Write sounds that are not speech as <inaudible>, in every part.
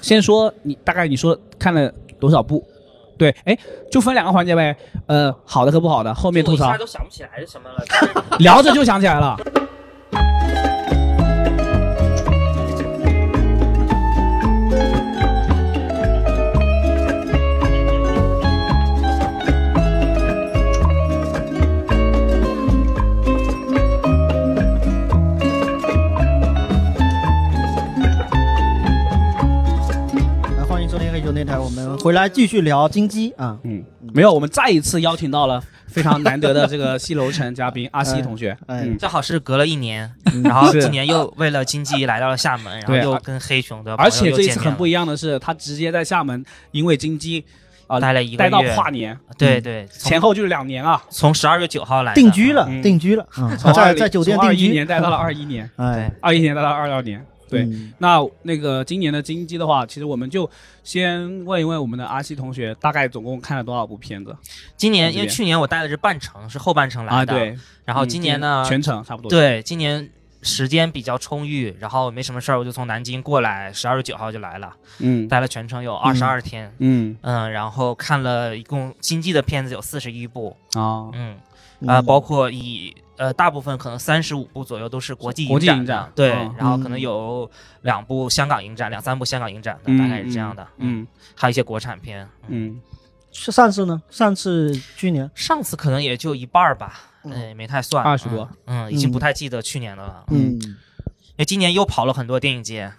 先说你大概你说看了多少部？对，哎，就分两个环节呗，呃，好的和不好的，后面吐我一槽下。都想不起来是什么了。聊着就想起来了。来欢迎收听黑熊电台，我们回来继续聊金鸡啊。嗯，没有，我们再一次邀请到了非常难得的这个西楼城嘉宾阿西同学。哎嗯， <laughs> 正好是隔了一年，然后是今年又为了经济来到了厦门，然后对又而跟黑熊呃的朋而友且又这一见次面很不了一样的是，他直接在厦门因为金鸡啊待了一个待月，到跨年，对对，从前后就是两年啊，从十二月九号来的定居了，嗯定居了啊，从在20在酒店从定二一居。年待到了二一年，哎，二一年待到二二年。对嗯那那个今年的金鸡的话，其实我们就先问一问我们的阿西同学，大概总共看了多少部片子今年，这因为边去年我带的是半程，是后半程来啊？的。。对，然后嗯今年呢，全程差不多。对，今年时间比较充裕，然后没什么事儿，我就从南京过来，十二月九号就来了，嗯待了全程有二十二天。嗯嗯，然后看了一共经济的片子有四十一部，啊，嗯，嗯啊、包括以呃大部分可能三十五部左右都是国际国际展影的，展对，嗯然后可能有两部香港影展，两三部香港影展的，大概是这样的，嗯还有一些国产片，嗯，嗯是上次呢？上次去年，上次可能也就一半儿吧，嗯哎，没太算， 20多嗯，嗯，已经嗯不太记得去年的了，嗯，因为今年又跑了很多电影节，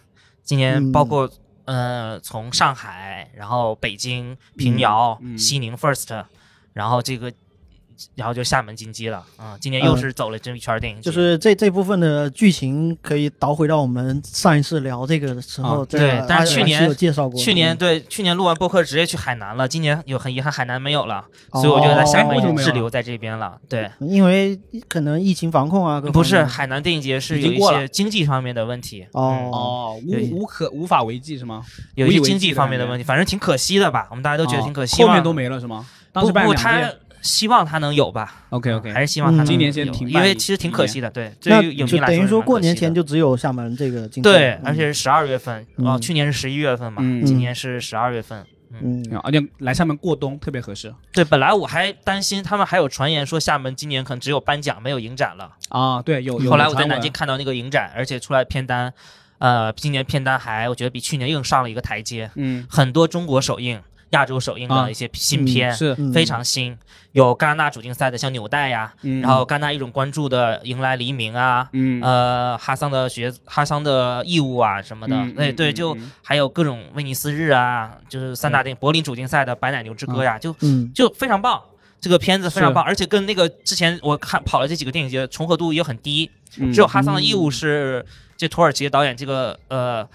今年嗯包括、呃从上海，然后北京、平遥、嗯嗯西宁 First，然后这个，然后就厦门金鸡了，啊、今年又嗯是走了这一圈儿电影节，就是这这部分的剧情可以倒回到我们上一次聊这个的时候，啊这个对但是阿去年阿西有介绍过，去年嗯对去年录完播客直接去海南了，今年有很遗憾海南没有了，嗯所以哦我就在厦门为什么一没有滞啊留在这边了。对，因为可能疫情防控啊，各不方是面海南电影节已是有经一过些了经济方面的问题，嗯哦，哦，对无无可无法为继是吗？有无一以些为经继济的方感面的觉问题，反正挺可惜的吧，我们大家都觉得哦挺可惜嘛。后面都没了是吗？当时不办不，了两他届希望他能有吧。 ，OK 还 OK，是希望他能嗯今年先有停办因为一其实挺可惜的，对，那对于影就迷来等于说说是蛮过可年惜前的就只有厦门这个竞争对，嗯而且是十二月份，哦，嗯去年是十一月份嘛，嗯今年是十二月份。嗯，嗯，而且来厦门过冬特别合适对，本来我还担心他们还有传言说厦门今年可能只有颁奖没有影展了，啊。对，有有后来我传在南闻京看到那个影展，而且出来片单，呃，今年片单还我觉得比去年硬上了一个台阶，嗯很多中国首映、亚洲首映啊的一些新片。是嗯非常新，有戛纳主竞赛的像纽带呀，嗯然后戛纳一种关注的迎来黎明啊，嗯呃，哈桑的学哈桑的义务啊什么的，嗯对嗯对，嗯就嗯还有各种威尼斯日啊，就是三大电影柏林主竞赛的《白奶牛之歌》呀，就嗯就非常棒。这个片子非常棒，而且跟那个之前我看跑了这几个电影节重合度也很低，嗯只有哈桑的义务是这土耳其导演这个呃。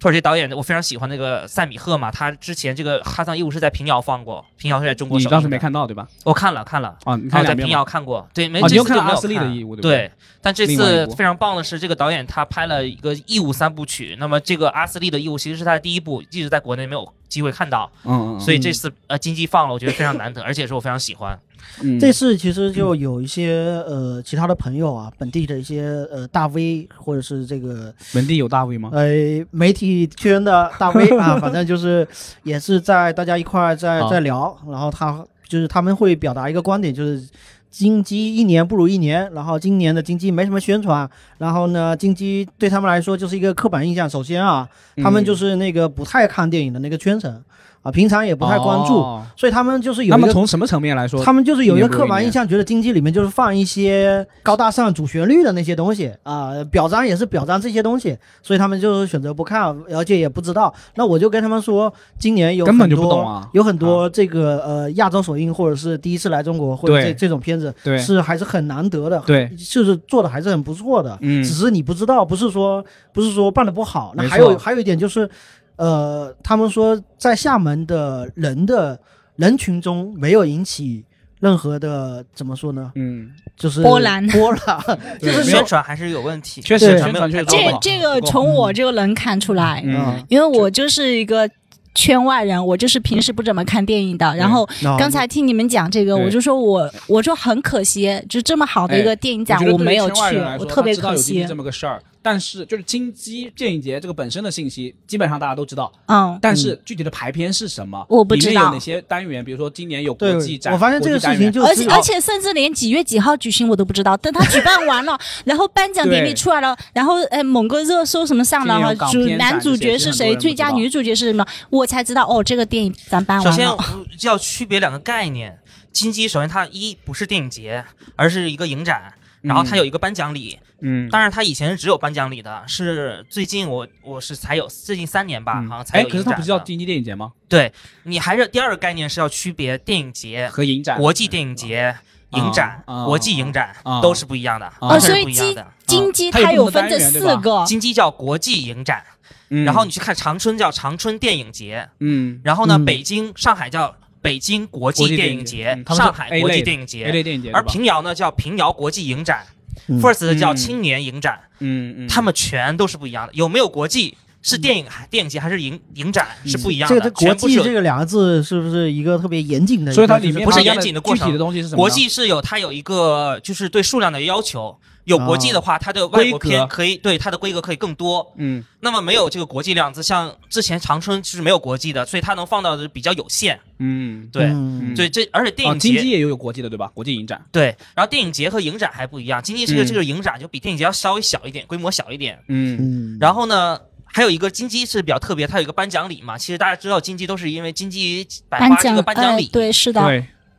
土耳其导演，我非常喜欢那个塞米赫嘛，他之前这个《哈桑义务》是在平遥放过，平遥是在中嗯国你首当时映没的看到对吧？我看了看了，啊，你然看后在两遍平吗遥看过，对，没哦你这又次看就了没阿有斯利的看义务对不对对，但这另外一次部非常棒的是，这个导演他拍了一个《义务》三部曲。那么这个《阿斯利的义务》其实是他的第一部，一直在国内没有机会看到，嗯嗯，所以这次呃金鸡放了，我觉得非常难得，而且是我非常喜欢。嗯这次其实就有一些呃其他的朋友啊，本地的一些呃大 V 或者是这个门第有大卫吗？呃媒体圈的大 <laughs> V 啊，反正就是也是在大家一块儿在好在聊，然后他就是他们会表达一个观点，就是金鸡一年不如一年，然后今年的金鸡没什么宣传，然后呢金鸡对他们来说就是一个刻板印象，首先啊，嗯他们就是那个不太看电影的那个圈层啊，平常也不太关注，哦所以他们就是有那一么个从什么层面来说？他们就是有一一个年不如刻板一印年象，觉得经济里面就是放一些高大上主旋律的那些东西啊、表彰也是表彰这些东西，所以他们就是选择不看，而且也不知道。那我就跟他们说，今年有根本很就不多懂啊有很多这个呃亚洲首映或者是第一次来中国或者对这这种片子对是还是很难得的，对，就是做的还是很不错的，嗯只是你不知道，不是说不是说办的不好。那没还有错还有一点就是，呃，他们说在厦门的人的人群中没有引起任何的怎么说呢，嗯，就是波澜波 <laughs> 澜， <laughs> 啊对就是没有宣传还是有问题，确实对宣传确实做不这好这个从我这个能看出来，嗯因为我就是一个圈外人，我就是平时不怎么看电影的。然后那刚才听你们讲这个，对哎我就说我我说很可惜，就这么好的一个电影我奖觉得对于没有圈外去人来，说我特别他知道可有经济惜这。么个事儿，但是就是金鸡电影节这个本身的信息，基本上大家都知道，嗯，但是具体的排片是什么，我不知道里面有哪些单元，比如说今年有国对际展，我发现这国个际单事情元就而是且而且甚至连几月几号举行我都不知道，等他举办完了，然后颁奖典礼对出来了，然后呃某个热搜什么上了，今年有然后港主片男展主这些角是是很多谁，人不最知佳道女主角是什么，我才知道哦，这个电影咱嗯颁首完先了。要区别两个概念，金鸡首先它一不是电影节，而是一个影展，然后它有一个颁奖礼，嗯，当然它以前是只有颁奖礼的，是最近我我是才有最近三年吧，嗯好像才哎，有影可展是的。它不是叫金鸡电影节吗？对你还是第二个概念是要区别电影节、和呃影展国际电影节、影展、啊国际影展、啊都是不一样的，哦都所是以不一样的。啊金鸡它有它不有同的分这单元对四吧个，金鸡叫国际影展，嗯然后你去看长春叫长春电影节，嗯然后呢，嗯北京、上海叫北京国国际际电电影影节节嗯，他们是上海 A 国际类的电影，A 节，类电影节，而对吧平遥呢叫平遥国际影展嗯，First 叫嗯青年影展，嗯嗯，他们全都是不一样的。有没有国际是电影电影节还是影影展嗯是不一样这的，个这国全部是际有这个两个字是不是一个特别严谨的一个？所以它里面不是它严的谨的过具体程的东西是什么呢？国际是有它有一个就是对数量的要求，有国际的话，它的外国哦规格片可以对它的规格可以更多。嗯那么没有这个国际量子，像之前长春就是没有国际的，所以它能放到的比较有限。嗯，对，嗯对，这而且电啊，影金节、鸡也有有国际的对吧？国际影展，对，然后电影节和影展还不一样，金鸡这个嗯这个影展就比电影节要稍微小一点，规模小一点。嗯嗯，然后呢，还有一个金鸡是比较特别，它有一个颁奖礼嘛。其实大家知道金鸡都是因为金鸡百花这奖个颁奖呃礼。对，是的，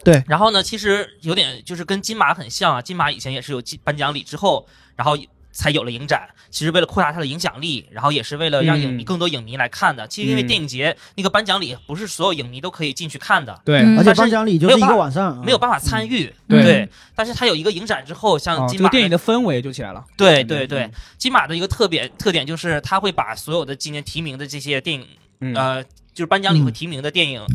对，然后呢，其实有点就是跟金马很像啊，金马以前也是有金颁奖礼之后，然后才有了影展。其实为了扩大它的影响力，然后也是为了让影嗯迷更多影迷来看的。其实因为嗯电影节那个颁奖礼不是所有影迷都可以进去看的，对而嗯且但是颁奖礼就是一个晚上，啊没有办法参与。嗯对但是它有一个影展之后，像哦金这马个的电影的氛围就起来了，对嗯对对，，金马的一个特别特点就是它会把所有的今年提名的这些电影，嗯呃，就是颁奖礼嗯会提名的电影，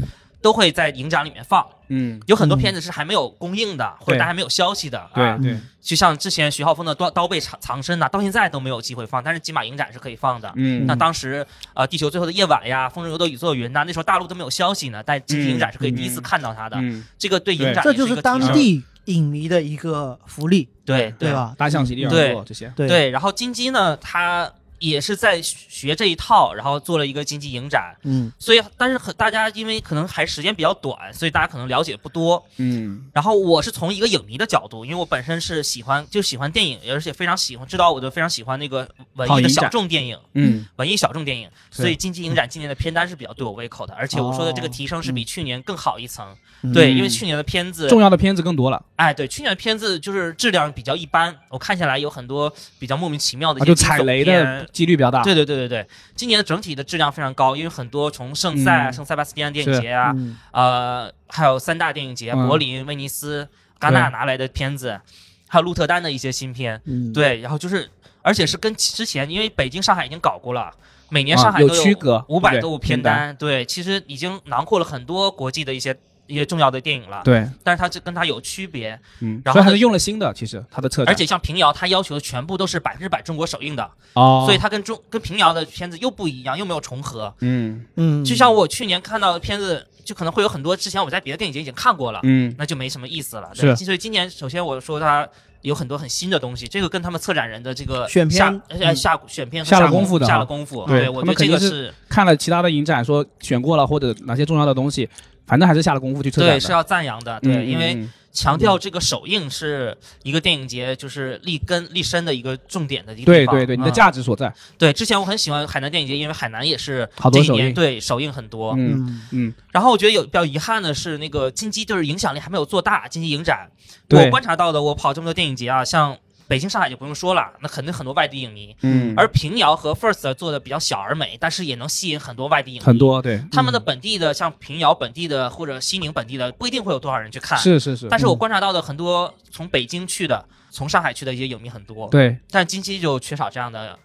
都会在影展里面放。嗯，有很多嗯片子是还没有公映的，或者大家还没有消息的。对啊对，就像之前徐浩峰的《刀刀背藏藏身》呐，到现在都没有机会放，但是金马影展是可以放的。嗯那当时，呃，《地球最后的夜晚》呀，《风中有朵雨做的云》呐，那时候大陆都没有消息呢，但金嗯影展是可以第一次看到它的。嗯，这个对影展这也就一是是个当提升地影迷的一个福利，对对吧？大象席地而对坐这些，对对，然后金鸡呢，它也是在学这一套，然后做了一个金鸡影展。嗯，所以，但是很大家因为可能还时间比较短，所以大家可能了解不多。嗯然后我是从一个影迷的角度，因为我本身是喜欢就喜欢电影，而且非常喜欢，知道我就非常喜欢那个文好艺的影小展众电影，嗯文艺小众电影。所以金鸡影展今年的片单是比较对我胃口的，而且我说的这个哦提升是比去年更好一层。嗯对，因为去年的片子嗯重要的片子更多了哎，对，去年的片子就是质量比较一般，我看下来有很多比较莫名其妙的一啊，些就惊踩悚雷片的几率比较大，对对对对对，今年的整体的质量非常高，因为很多从圣塞啊、嗯圣塞巴斯蒂安电影节啊，嗯呃，还有三大电影节，啊嗯柏林、威尼斯、戛纳拿来的片子，还有鹿特丹的一些新片，嗯，对，然后就是，而且是跟之前，因为北京、上海已经搞过了，每年啊上海有都区隔五对百不对多部片片单，对，其实已经囊括了很多国际的一些一些重要的电影了，对，但是它这跟它有区别，嗯，然后所以它呢是用了新的，其实它的策展，而且像平遥，它要求全部都是百分之百中国首映的，哦，所以它跟中跟平遥的片子又不一样，又没有重合。嗯嗯，就像我去年看到的片子，就可能会有很多之前我在别的电影节已经看过了，嗯那就没什么意思了。对所以今年首先我说它有很多很新的东西，这个跟他们策展人的这个选片下呃嗯下选片和下了功功夫的下啊了功夫。对我他觉得们肯定这个是看了其他的影展说选过了或者哪些重要的东西，反正还是下了功夫去策展对的，是要赞扬的，嗯对，因为嗯强调这个首映是一个电影节就是立根立身的一个重点的一个地对方。对对，你的嗯价值所在，对，之前我很喜欢海南电影节，因为海南也是好这多一首年映，对首映很多。嗯嗯，嗯，然后我觉得有比较遗憾的是，那个金鸡就是影响力还没有做大，金鸡影展。对我观察到的，我跑这么多电影节啊，像北京、上海就不用说了，那肯定很多外地影迷。嗯，而平遥和 First 做的比较小而美，但是也能吸引很多外地影迷。很多对，嗯他们的本地的，像平遥本地的或者西宁本地的，不一定会有多少人去看。是是是，但是我嗯观察到的很多从北京去的、从上海去的一些影迷很多，对，但金鸡就缺少这样的。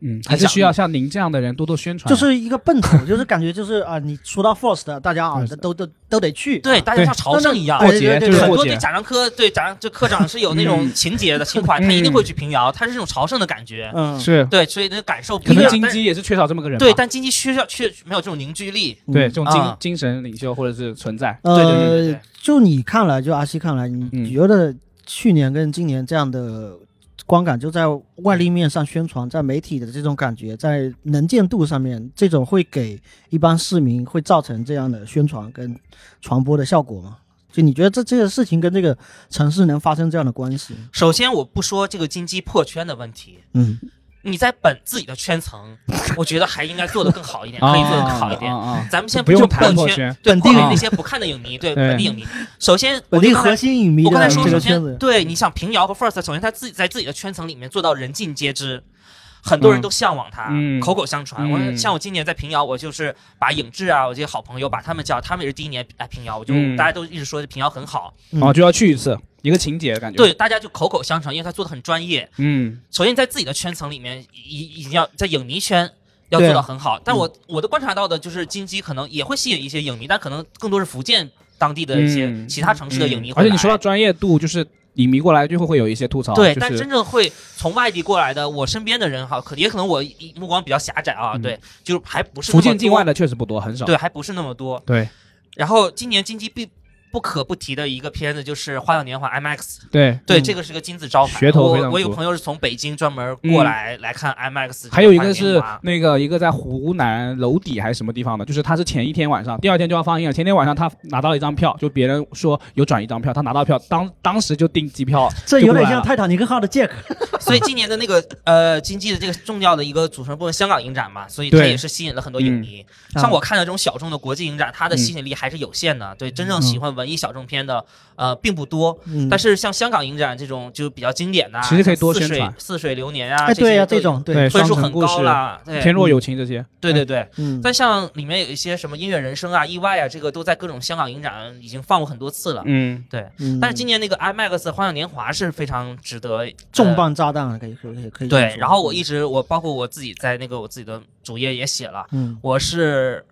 嗯，还是需要像您这样的人多多宣传，就是一个奔头，就是感觉就是啊，你说到 First，大家啊 First 都都都得去，对，大家对像朝圣一样，过对节对就是嗯哎很过多节对，贾樟柯、对贾这科长是有那种情节的情怀，他一定会去平遥，他是这种朝圣的感觉。嗯，是，对，所以那个感受不可一能样。金但是鸡也是缺少这么个人吧，对，但金鸡缺少缺没有这种凝聚力。对嗯这种啊精精神领袖或者是存在，对对对对呃对，就你看来，就阿西看来，嗯你觉得去年跟今年这样的观感就在外立面上宣传，在媒体的这种感觉，在能见度上面，这种会给一般市民会造成这样的宣传跟传播的效果吗？就你觉得这这个事情跟这个城市能发生这样的关系？首先，我不说这个金鸡破圈的问题，嗯，你在本自己的圈层，我觉得还应该做得更好一点，可以做得更好一点。啊咱们先不用就谈破破圈圈，对本地地人那些不看的影迷，对对本地影迷，首先本我地就刚才核心影迷我刚的才说，这首个圈子先，对，你想平遥和 First，首先他自己在自己的圈层里面做到人尽皆知，很多人嗯都向往他，嗯口口相传。我嗯像我今年在平遥，我就是把影志啊，我这些好朋友把他们叫，他们也是第一年来平遥，我就、嗯大家都一直说平遥很好，嗯哦，就要去一次，一个情节的感觉。，对，大家就口口相传，因为他做的很专业。嗯首先在自己的圈层里面，已已经要在影迷圈。要做到很嗯好，但我、我的观察到的就是金鸡可能也会吸引一些影迷，但可能更多是福建当地的一些嗯其他城市的影迷嗯会来、而且你说到专业度，就是影迷过来就会会有一些吐槽，对，啊就但是真正会从外地过来的，我身边的人哈，可也可能我一目光比较狭窄啊，嗯对，就是还不是那福么建境外多，的确实不多，很少。对，还不是那么多。对然后今年金鸡必不可不提的一个片子就是《花样年华》IMAX，对，对，嗯这个是个金字招牌。噱头非我常我有足朋友是从北京专门过来、来看 IMAX，还有一个是花样年华那个一个在湖南娄底还是什么地方的，就是他是前一天晚上，第二天就要放映了。前天晚上他拿到了一张票，就别人说有转一张票，他拿到票当当时就订机票， <laughs> 这就有过点来像了《泰坦尼克号》的 Jack，所以今年的那个呃经济的这个重要的一个组成部分，香港影展嘛，所以它对啊也是吸引了很多影迷。嗯像我看的这种小众的国际影展，嗯它的吸引力还是有限的。对，真正喜欢文艺小众片的呃并不多。嗯，但是像香港影展这种就比较经典的啊，其实可以多宣像似水传似水流年啊，哎，对呀、呀、这种对，对分数双很城故高事哎啦。天对若有情这些，对对对。嗯，但像里面有一些什么音乐人生啊、意外啊，这个都在各种香港影展啊已经放过很多次了。嗯，嗯但是今年那个 IMAX《花样年华》是非常值得呃重磅炸弹可以可以可以可以这么对，说然后我一直我包括我自己在那个我自己的主页也写了，嗯我是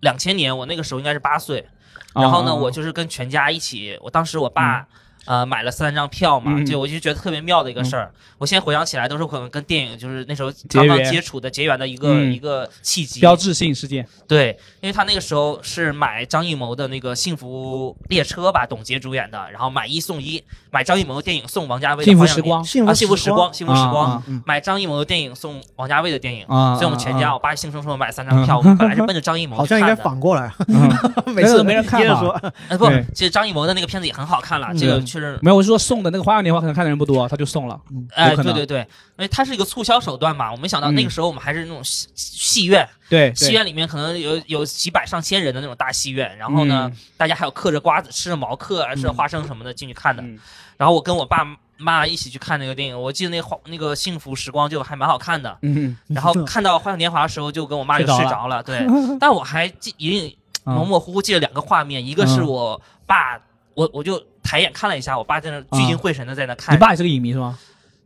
两千年，我那个时候应该是八岁，然后呢，啊我就是跟全家一起，我当时我爸。呃，买了三张票嘛，嗯就我就觉得特别妙的一个事儿。我现在回想起来，都是可能跟电影就是那时候结刚刚缘接触的结缘的一个、嗯一个契机。标志性事件，对，因为他那个时候是买张艺谋的那个《幸福列车》吧，董洁主演的，然后买一送一，买张艺谋的电影送王家卫的《幸福花样时年光幸啊，福幸福时光，幸福时光，啊嗯买张艺谋的电影送王家卫的电影，啊，所以我们全家，啊，我爸兴冲冲地买了三 <laughs> 张票，我们本来是奔着张艺谋好去像应看该的，反 <laughs> 过来，嗯每次没人看接着吧说，哎不对，其实张艺谋的那个片子也很好看了，嗯这个对确实。没有，我是说送的那个《花样年华》，可能看的人不多，他就送了。哎，有可对能对对，因为它是一个促销手段嘛。我没想到那个嗯时候我们还是那种戏戏院，对，戏院里面可能有有几百上千人的那种大戏院，然后嗯呢，大家还有嗑着瓜子、吃着毛嗑、吃着花生什么的进去看的。嗯然后我跟我爸妈一起去看那个电影，我记得那花那个《幸福时光》就还蛮好看的。嗯，然后看到《花样年华》的时候，就跟我妈就睡着睡了着了。 <laughs> 对，但我还记隐隐嗯模模糊糊记得两个画面，一个是我爸，我我就抬眼看了一下，我爸在那聚精会神的在那嗯看。你爸也是个影迷是吗？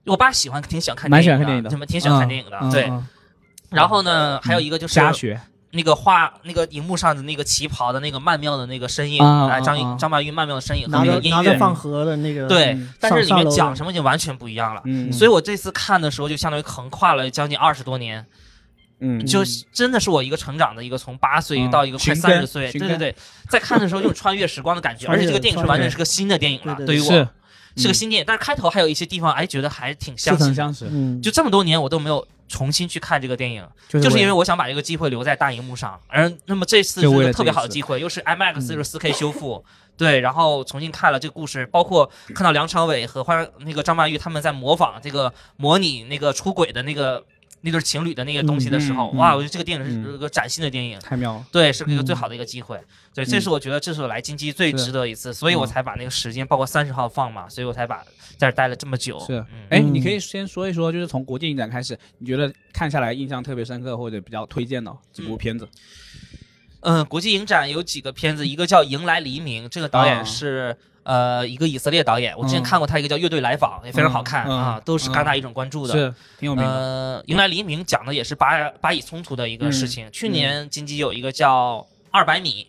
我爸喜欢挺喜欢看蛮电喜影欢看的，电影的什么挺喜欢看电影的。嗯对，嗯然后呢，还有一个就是瞎学，那个画那个荧幕上的那个旗袍的那个曼妙的那个身影，啊哎，张啊啊张曼玉曼妙的身影和拿那着个音拿着乐。饭盒的那个，对嗯，但是里上上面楼讲的什么就完全不一样了。嗯所以我这次看的时候，就相当于横跨了将近二十多年。嗯就嗯是真的是我一个成长的一个从八岁嗯到一个快寻三根十岁，寻对对根对，在看的时候就是穿越时光的感觉，穿而越且这个电影是完穿全越是个新的电影了，对对对于是我是个新电影，但是开头还有一些地方哎觉得还挺似相曾似，相识，嗯，就这么多年我都没有重新去看这个电影，就就是因为为我想把这个机会留在大荧幕上，而那么这次是就为个了特这别一好的次机会，又是 IMAX 嗯又是 4K 修复，对，然后重新看了这个故事，包括看到梁朝伟和花那个张曼玉他们在模仿这个模拟那个出轨的那个那对情侣的那个东西的时候，嗯嗯嗯哇，我觉得这个电影是嗯一个崭新的电影。太妙了。对，是一个嗯最好的一个机会。对，这是我觉得这是我来金鸡最嗯是值得一次，所以嗯我才把那个时间，包括三十号放嘛，所以我才把在这儿待了这么久。是嗯，哎，嗯你可以先说一说，就是从国际影展开始，你觉得看下来印象特别深刻或者比较推荐的几部片子？嗯，国际影展有几个嗯片子，一个叫《迎来黎明》，这个导演是、呃一个以色列导演，我之前啊嗯看过他一个叫《乐队来访》，也非常好看、嗯嗯啊，都是戛纳一种关注的。是挺有名的。呃，《迎来黎明》讲的也是巴巴以冲突的一个嗯事情。去年金鸡有一个叫《二百米》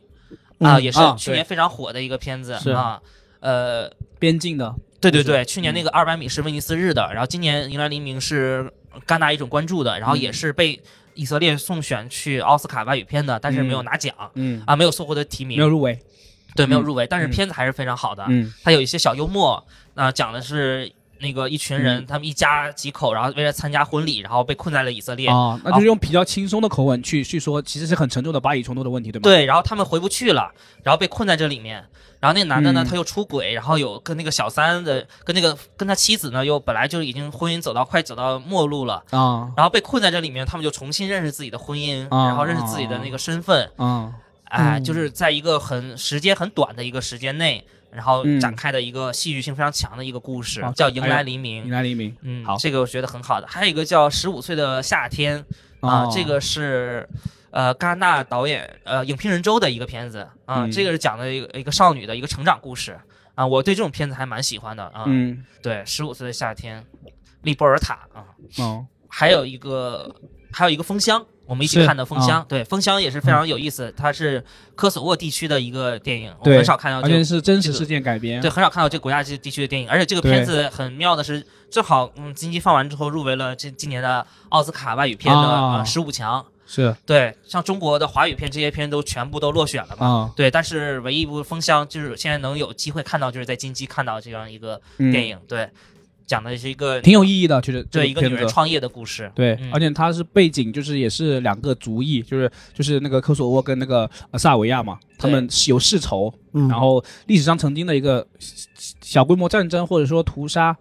啊、嗯也是啊去年非常火的一个片子是啊。呃，边境的，对对是对，去年那个《二百米》是威尼斯日的，然后今年《迎来黎明》是戛纳一种关注的，然后嗯也是被以色列送选去奥斯卡外语片的，但是没有嗯拿奖。嗯，啊，没有收获的提没名，有入围。对，没有嗯入围，但是嗯片子还是非常好的。嗯啊它有一些小幽默，啊、讲的是那个一群人，他们一家几口，然后为了参加婚礼，然后被困在了以色列。啊，那就是用比较轻松的口吻去去说，其实是很沉重的巴以冲突的问题，对吗？对，然后他们回不去了，然后被困在这里面。然后那男的呢，嗯他又出轨，然后有跟那个小三的，跟那个跟他妻子呢，又本来就已经婚姻走到快走到末路了，啊然后被困在这里面，他们就重新认识自己的婚姻，啊然后认识自己的那个身份，啊哎，嗯就是在一个很时间很短的一个时间内，然后嗯展开的一个戏剧性非常强的一个故事，好叫《迎哎来呀黎明》迎。来黎明嗯，好这个我觉得很好的。还有一个叫《十五岁的夏天》啊，哦这个是呃戛纳导演呃影评人周的一个片子啊，嗯这个是讲的一个一个少女的一个成长故事啊，我对这种片子还蛮喜欢的啊。嗯对，《十五岁的夏天》，利波尔塔啊，哦还有一个还有一个风箱。我们一是起啊嗯看的《风箱》，对，《风箱》也是非常有意思，它是科索沃地区的一个电影，我对很少看到而这个且是真实这个事件改编，对，很少看到这个国家这地区的电影，而且这个对片子很妙的是，正好嗯，金鸡放完之后入围了这今年的奥斯卡外语片啊的呃十五、15强。是对，像中国的华语片这些片都全部都落选了嘛。啊，对，但是唯一一部《风箱》就是现在能有机会看到，就是在金鸡看到这样一个电影影，对，讲的是一个嗯挺有意义的，其实这对一个女片人子创业的故事。对嗯，而且它是背景，就是也是两个族裔，就是就是那个科索沃跟那个呃萨尔维亚嘛，他们是有世仇，嗯然后历史上曾经的一个小规模战争或者说屠杀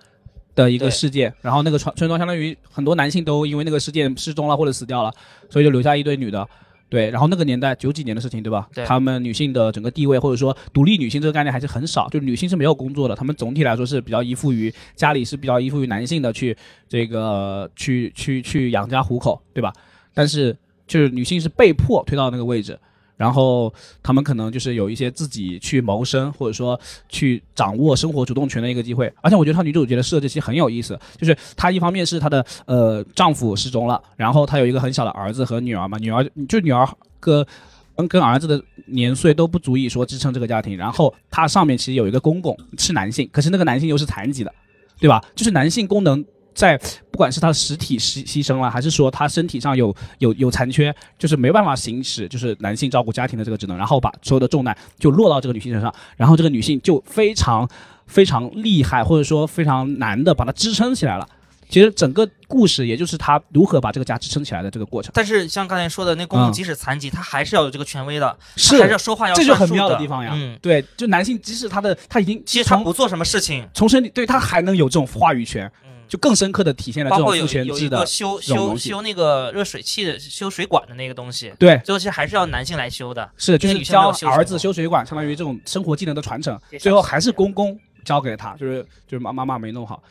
的一个对事件，然后那个村村庄相当于很多男性都因为那个事件失踪了或者死掉了，所以就留下一堆女的。对，然后那个年代九几年的事情，对吧？对他们女性的整个地位，或者说独立女性这个概念还是很少，就女性是没有工作的，她们总体来说是比较依附于家里，是比较依附于男性的去这个去去去养家糊口，对吧？但是就是女性是被迫推到那个位置，然后她们可能就是有一些自己去谋生，或者说去掌握生活主动权的一个机会。而且我觉得她女主角的设计其实很有意思，就是她一方面是她的呃丈夫失踪了，然后她有一个很小的儿子和女儿嘛，女儿就女儿跟跟跟儿子的呃年岁都不足以说支撑这个家庭，然后她上面其实有一个公公是男性，可是那个男性又是残疾的，对吧？就是男性功能在不管是他实体牺牺牲了，还是说他身体上有有有残缺，就是没办法行使就是男性照顾家庭的这个职能，然后把所有的重担就落到这个女性身上，然后这个女性就非常非常厉害，或者说非常难的把它支撑起来了。其实整个故事也就是她如何把这个家支撑起来的这个过程，但是像刚才说的，那公公嗯即使残疾，他还是要有这个权威的，他还是是要说话要这就算很数妙的的地方呀嗯，对，就男性即使他的他已经其实他从不做什么事情，从身体对他还能有这种话语权，嗯，就更深刻的体现了这包种括父有权有制一的个修这种修东西修那个热水器的修水管的那个东西，对。最后其实还是要男性来修的。是，就因为是女生没教有修嗯儿水子管修水管，相当于这种生活技能的传承这，最后上次还是是公公教给了他，就是就是妈妈妈没弄好，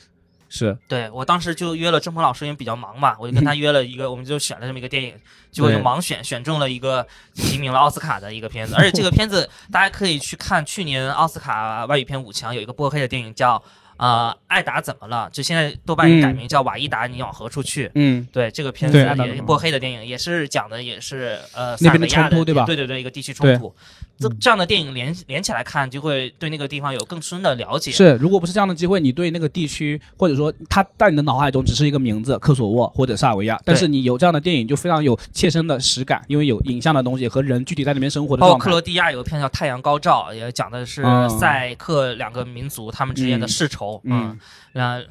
是对我当时就约了郑鹏老师，因为比较忙嘛，我就 <laughs> 跟他约了一个，我们就选了这么一个电影，结果就对盲选选中了一个提名了奥斯卡的一个片子，而且这个 <laughs> 片子大家可以去看，去年奥斯卡外语片五强有一个波黑的电影叫呃《艾达怎么了》，就现在豆瓣嗯改名叫《瓦伊达你往何处去》。嗯对这个片子对艾达怎么也了波黑的电影，也是讲的也是呃那边的塞尔维亚冲突对吧嗯对对对，一个地区冲突，这这样的电影连连起来看，就会对那个地方有更深的了解。是，如果不是这样的机会，你对那个地区或者说它在你的脑海中只是一个名字科索沃或者塞尔维亚，但对是你有这样的电影就非常有切身的实感，因为有影像的东西和人具体在里面生活的包括状哦克态，罗地亚有个片叫《太阳高照》，也讲的是嗯塞克两个民族他们之间的世仇。嗯，，那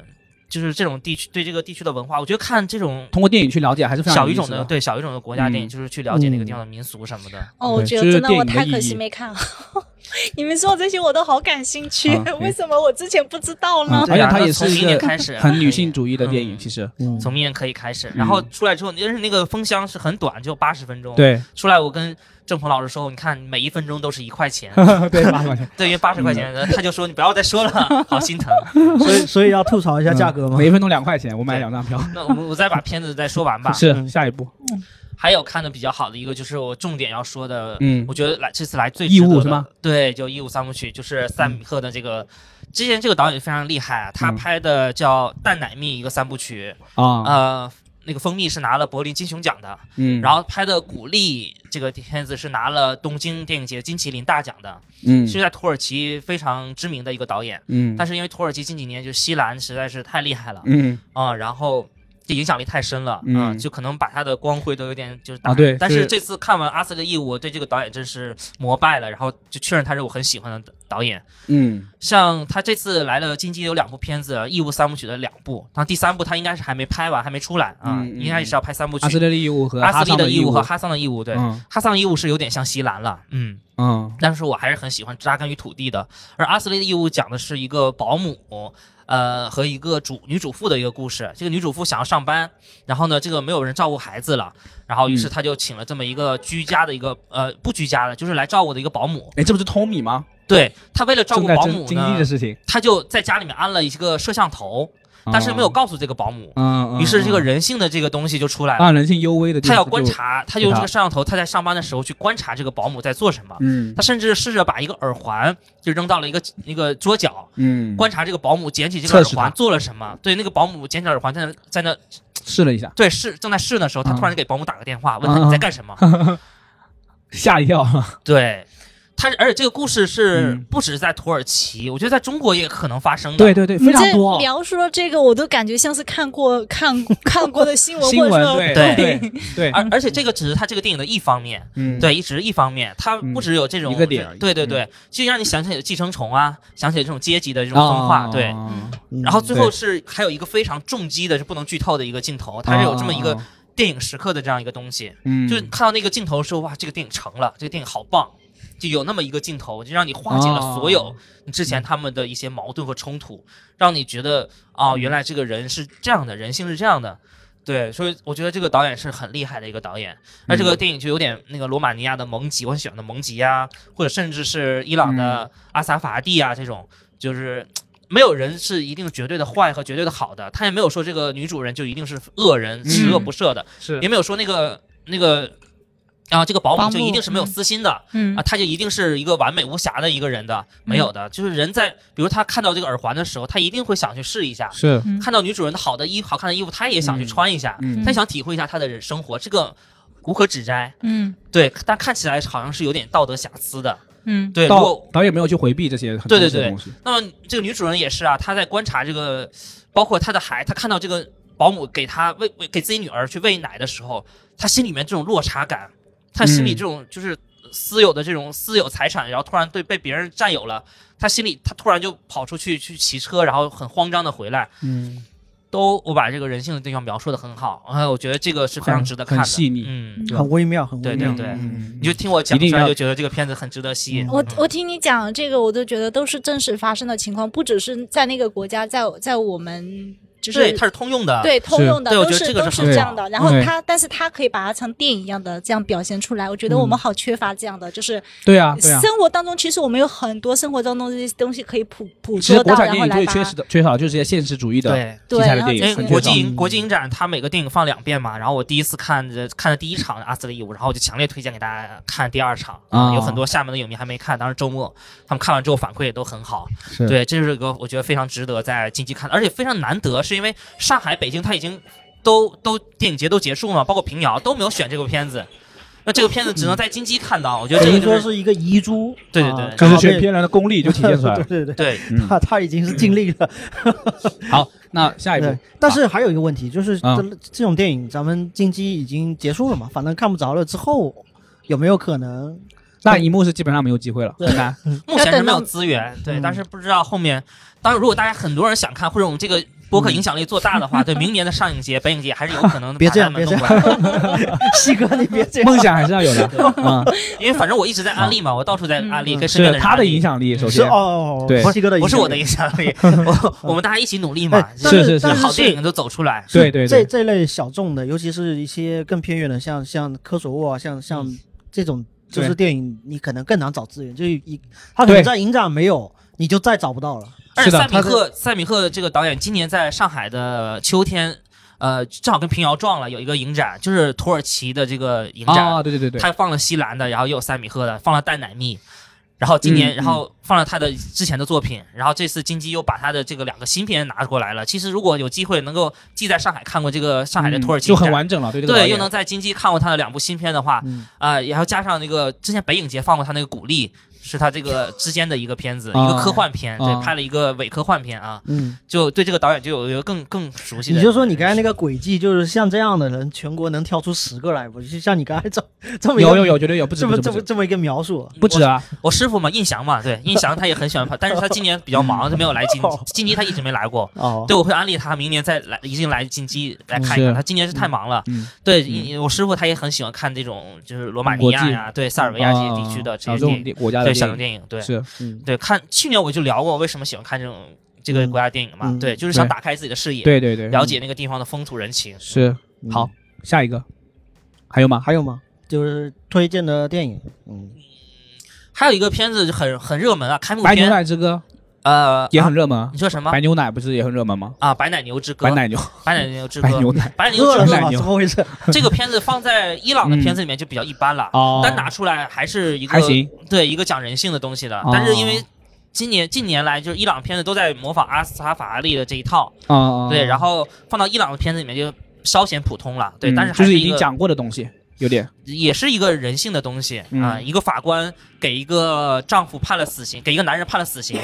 就是这种地区对这个地区的文化，我觉得看这种通过电影去了解还是非常小有语意种思的的，对小语种的国家电影，嗯就是去了解那个地方的民俗什么的。哦，我对觉这得是真的电我影的太意可义惜没看好。 <laughs> 你们说这些我都好感兴趣，啊对 <laughs> 为什么我之前不知道呢？嗯而且它它也是啊从一明年个开始很女性主义的电嗯影，其实嗯从明年可以开始，然后出来之后，但是那个风箱是很短，只有八十分钟。，对出来我跟郑鹏老师说，你看每一分钟都是一 <laughs> 块钱，对八十块钱， <laughs> 对于八十块钱，嗯他就说你不要再说了，好心 <laughs> 疼。所以所以 <laughs> 要吐槽一下价格嘛嗯，每一分钟两块钱，我买两张票，那我们我再把片子再说完吧。是嗯下一步，还有看的比较好的一个就是我重点要说的，嗯我觉得来这次来最义务值得的是吗？对，就义务三部曲，就是塞米赫的这个，之前这个导演非常厉害啊，他嗯拍的叫《蛋奶蜜》一个三部曲，啊，呃，那个蜂蜜是拿了柏林金熊奖的，嗯，然后拍的《古丽》这个片子是拿了东京电影节金麒麟大奖的，嗯是在土耳其非常知名的一个导演，嗯但是因为土耳其近几年就西兰实在是太厉害了，嗯啊、然后这影响力太深了，嗯就可能把他的光辉都有点就是打啊对但是是这次看完《阿瑟的义务》，我对这个导演真是膜拜了，然后就确认他是我很喜欢的导演。嗯像他这次来了，金鸡有两部片子，《义务三部曲》的两部，然后第三部他应该是还没拍完，还没出来啊，嗯嗯应该是要拍三部曲。阿斯利的义务和阿哈斯利桑的义义务和哈桑的义务，对，嗯哈桑的义务是有点像西兰了，嗯，嗯但是我还是很喜欢扎根于土地的。而阿斯利的义务讲的是一个保姆，呃，和一个主女主妇的一个故事。这个女主妇想要上班，然后呢，这个没有人照顾孩子了，然后于是嗯她就请了这么一个居家的一个呃不居家的，就是来照顾的一个保姆。哎，这不是 Tommy 吗？对她为了照正顾在保经姆经历呢的，事情，她就在家里面安了一个摄像头，但是没有嗯，告诉这个保姆。嗯，嗯于是这个嗯人性的这个东西就出来了。让人性幽微的地啊他方就，要观察，他就用给这他个摄像头，他在上班的时候去观察这个保姆在做什么。嗯，他甚至试着把一个耳环就扔到了一个那个桌角，嗯嗯，观察这个保姆捡起这个测耳试他环做了什么。对，那个保姆捡起耳环在那在那试了一下，对试正在试的时候，他嗯突然给保姆打个电话，问他嗯你在干什么。吓一 <laughs> 跳，对，他而且这个故事是嗯不只是在土耳其，我觉得在中国也可能发生的。对对对，非常多啊你这。描述到这个，我都感觉像是看过 <laughs> 看看过的新闻，新或者闻说对对对对，而而且这个只是他这个电影的一方面，嗯，对，一直一方面，它嗯不只有这种一个点嗯儿对对对，就让你想起有寄生虫啊，想起这种阶级的这种分化，哦对。嗯然后最对后是还有一个非常重击的，是不能剧透的一个镜头，它是有这么一个哦电影时刻的这样一个东西，嗯，就是看到那个镜头的时候，哇，这个电影成了，这个电影好棒，就有那么一个镜头，就让你化解了所有哦你之前他们的一些矛盾和冲突，让你觉得啊、原来这个人是这样的，人性是这样的。对，所以我觉得这个导演是很厉害的一个导演。那这个电影就有点那个罗马尼亚的蒙吉，我很喜欢的蒙吉啊，或者甚至是伊嗯朗的阿萨法蒂啊，这种就是嘖没有人是一定绝对的坏和绝对的好的，他也没有说这个女主人就一定是恶人、嗯十恶不赦的，是也没有说那个那个啊这个保姆保就姆一定是没有嗯私心的。嗯啊，他就一定是一个完美无瑕的一个人的，没有的，就是人在，比如他看到这个耳环的时候，他一定会想去试一下，是，嗯看到女主人的好的衣好看的衣服，他也想去嗯穿一下，嗯他想体会一下她的人生活，这个无可指摘。嗯对，但看起来好像是有点道德瑕疵的。嗯对，如导果导演没有去回避这些很对真对实的对东西，那么这个女主人也是啊，她在观察这个，包括她的孩，她看到这个保姆给她喂喂给自己女儿去喂奶的时候，她心里面这种落差感，她心里嗯这种就是私有的这种私有财产，然后突然对被别人占有了，她心里她突然就跑出去去骑车，然后很慌张的回来，嗯，都我把这个人性的地方描述的很好，哎，我觉得这个是非常很值得很看的，细腻嗯，嗯很微妙，很微对妙对。对，嗯你就听我讲一定出来要就觉得这个片子很值得吸引我嗯我听你讲这个，我都觉得都是真实发生的情况，不只是在那个国家，在在我们就是对它是通用的，对通用的对我都觉得这是个都是是很这好样的。然后对他，但是他可以把它像电影一样的这样表现出来。我觉得我们好缺乏这样的，就是对啊对啊。生活当中，其实我们有很多生活当中这些东西可以捕捕其捉实国到，产然电后影来最把缺它失的缺少的就是些现实主义的对。题对材的然后电因为影，很国缺少际。影国际影展，它每个电影放两遍嘛，然后我第一次看这看的第一场《阿斯的义务》，然后我就强烈推荐给大家看第二场啊有很多厦门的影迷还没看，当时周末他们看完之后反馈也都很好，是对，这是一个我觉得非常值得在近期看，而且非常难得，是因为上海、北京它已经都都电影节都结束嘛，包括平遥都没有选这部片子，那这个片子只能在金鸡看到，我觉得这等个于就说是是一个遗珠，对对啊对就是刚好选被片人的 <laughs> 功力就体现出来了。对对对，对嗯他他已经是尽力了。好，那下一步对，但是还有一个问题就是，啊这这种电影咱们近期已经结束了嘛，反正看不着了，之后有没有可能？大荧幕是基本上没有机会了，很难。目前是没有资源，对，嗯但是不知道后面，当然如果大家很多人想看，或者我们这个播客影响力做大的话， <laughs> 对明年的上影节、北影节还是有可能别这样把他们弄过 <laughs> 来，西哥，你别这样，梦想还是要有的，嗯，因为反正我一直在安利嘛，我到处在安利，嗯跟身边是人他的安利影，响力，首是先哦，对西哥的影不响力，是我的影响 <laughs> 力，我我们大家一起努力嘛哎，是但是是但好电是影都啊走出来，对对这对，这类小众的，尤其是一些更偏远的，像像科索沃啊，像像这种就是对电影，你可能更难找资源，就是一他可能对在影展没有，你就再找不到了。而是且的塞米他赫塞米赫这个导演今年在上海的秋天。呃，正好跟平遥撞了，有一个影展，就是土耳其的这个影展，啊，对对对对，他放了西兰的，然后也有塞米赫的，放了淡奶蜜，然后今年，嗯然后放了他的之前的作品，然后这次金鸡又把他的这个两个新片拿过来了。其实如果有机会能够既在上海看过这个上海的土耳嗯其就展，很完整了，对这个导对，演又能在金鸡看过他的两部新片的话，嗯啊、然后加上那个之前北影节放过他那个《古力》，是他这个之间的一个片子，一个啊科幻片，啊对，拍了一个伪科幻片啊，嗯，就对这个导演就有一个更更熟悉的。你就说你刚才那个轨迹，就是像这样的人，全国能挑出十个来，不就像你刚才这这么一个有有有，绝对有，不止这不么止这不么止这么一个描述，不止啊，我师傅嘛，印翔嘛，对，印翔他也很喜欢拍，但是他今年比 <laughs> 较忙，就没有来哦金金鸡，他一直没来过。哦，对，我会安利他明年再来，一定来金鸡来看嗯一是看。他今年是太忙了，嗯，对，因我师傅他也很喜欢看这种，就是罗马尼亚呀，对，塞尔维亚这些地区的这哦啊小些众电地影，国家的对小众电电影，对影是，嗯对。看去年我就聊过为什么喜欢看这种这个国家电影嘛嗯，对，就是想对打开自己的视野，对对对，了解那个地方的风土人情。是好，下一个还有吗？还有吗？就是推荐的电影，嗯，还有一个片子很很热门啊，开幕白牛片，奶之歌呃，也啊很热门啊，你说什么白牛奶不是也很热门吗？啊？白奶牛之歌白，奶牛，白奶牛之歌白，牛奶白奶牛饿之歌了是奶吗？牛怎么回事？这个片子放在伊朗的片子里面就比较一般了，哦，单拿出来还是一个还行，对一个讲人性的东西的哦。但是因为今年近年来就是伊朗片子都在模仿阿斯塔法拉利的这一套，啊，对，然后后放到伊朗的片子里面就稍显普通了，对，但嗯是就还是已一经个讲过的东西，有点也是一个人性的东西嗯啊，一个法官给一个丈夫判了死刑，给一个男人判了死刑，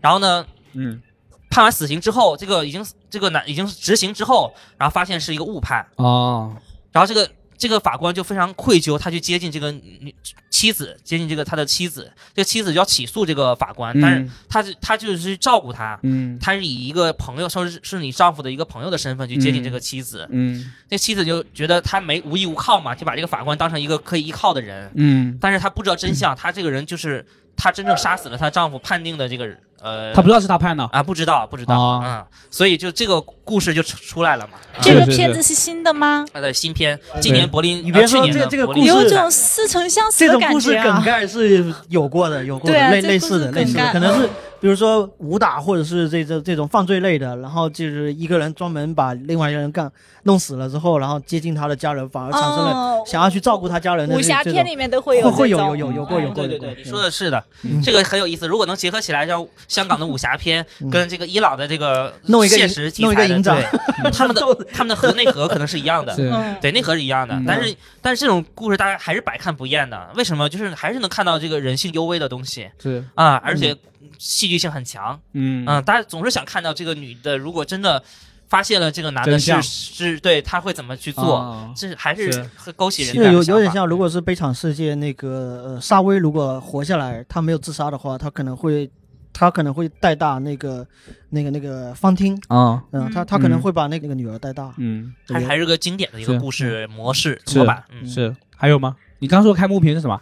然后呢。嗯判完死刑之后，这个已经这个男已经执行之后，然后发现是一个误判，哦，然后这个这个法官就非常愧疚，他去接近这个女妻子，接近这个他的妻子，这个妻子就要起诉这个法官，但是嗯他是他就是去照顾他。嗯他是以一个朋友，说是是你丈夫的一个朋友的身份去接近这个妻子，嗯这妻子就觉得他没无依无靠嘛，就把这个法官当成一个可以依靠的人，嗯，但是他不知道真相，他这个人就是他真正杀死了她丈夫判定的这个人呃，他不知道是他判的，啊不知道不知道，哦嗯，所以就这个故事就出出来了嘛，啊这个是是片是子是新的吗？他的新片，今年柏林，你别呃去说年这的这个柏故林事有种似曾相识这的种感故事觉梗啊！概是有过的，有过的，对啊类这类故似事的，类似梗的，概嗯可能是比如说武打或者是这这这种犯罪类的，然后就是一个人专门把另外一个人干弄死了之后，然后接近他的家人，反而产生了哦，想要去照顾他家人的武这侠这片种。里面都会有会会这有种嗯有有有过有过哎对对有过对，你说的是的，这个很有意思。如果能结合起来，像香港的武侠片嗯跟这个伊朗的这个弄一个现实题弄一材个的，营长对， <laughs> 他 <laughs> 们的他们的核内核可能是一样的，是嗯，对，内核是一样的嗯。但是但是这种故事大家还是百看不厌的。为什么？就是还是能看到这个人性幽微的东西是啊，而嗯且戏剧性很强。嗯嗯，大家总是想看到这个女的，如果真的发现了这个男的真是相是对他会怎么去做，啊这还是是会勾起人哦是家的有想有点法像，如果是《悲惨世界》那个呃沙威，如果活下来，他没有自杀的话，他可能会，他可能会带大那个那个那个方汀，啊嗯，嗯他他可能嗯会把那个那个女儿带大，嗯还还是个经典的一个是故事模式是模板。嗯，是还有吗？你刚说开幕屏是什么？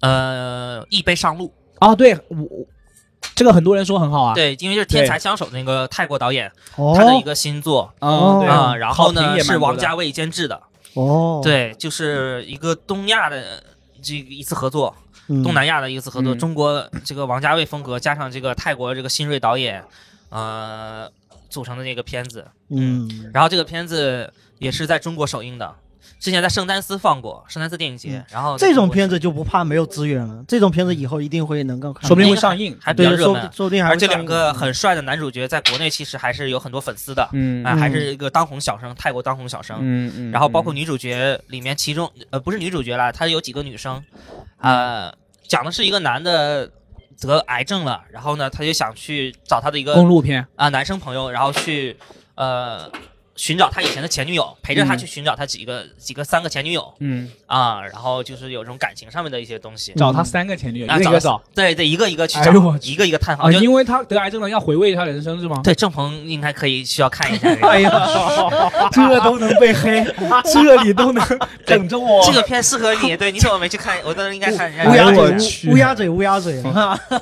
呃，一杯上路，哦，对我我这个很多人说很好啊，对，因为就是《天才枪手》那个泰国导演哦他的一个新作嗯对啊，然后好评呢也蛮是多王的家卫监制的，哦，对，就是一个东亚的这个一次合作，嗯，东南亚的一次合作，嗯中国这个王家卫风格加上这个泰国这个新锐导演，呃，组成的这个片子，嗯，然后这个片子也是在中国首映的。之前在圣丹斯放过，圣丹斯电影节嗯，然后这种片片子就不怕没有资源了，这种片子以后一定会能够看嗯到，说不定会上映，还比对较，热说门不，说不定还而会这上两映个很帅的男主角在国内其实还是有很多粉丝的，嗯啊，还是一个当红小生，泰国当红小生。嗯嗯，然后包括女主角里面，其中呃不是女主角啦，她有几个女生，呃，嗯讲的是一个男的得癌症了，然后呢，他就想去找他的一个公路片，啊、男生朋友，然后去呃寻找他以前的前女友，陪着他去寻找他几个几个三个前女友嗯，啊，然后就是有这种感情上面的一些东西。找他三个前女友，啊一个一个找对对，一个一个去嗯哎找，呦我去一个一个探啊，访，就因为他得癌症了，要回味他人生是吗？对，郑鹏应该可以需要看一下这 <laughs> 个。<laughs> 哎呀，这都能被黑，这 <laughs> 你都能整着我这个片适合你，对，你怎么没去看？我当嗯时应该看一下。乌鸦哎呦我嘴，去乌乌鸦嘴，乌鸦嘴，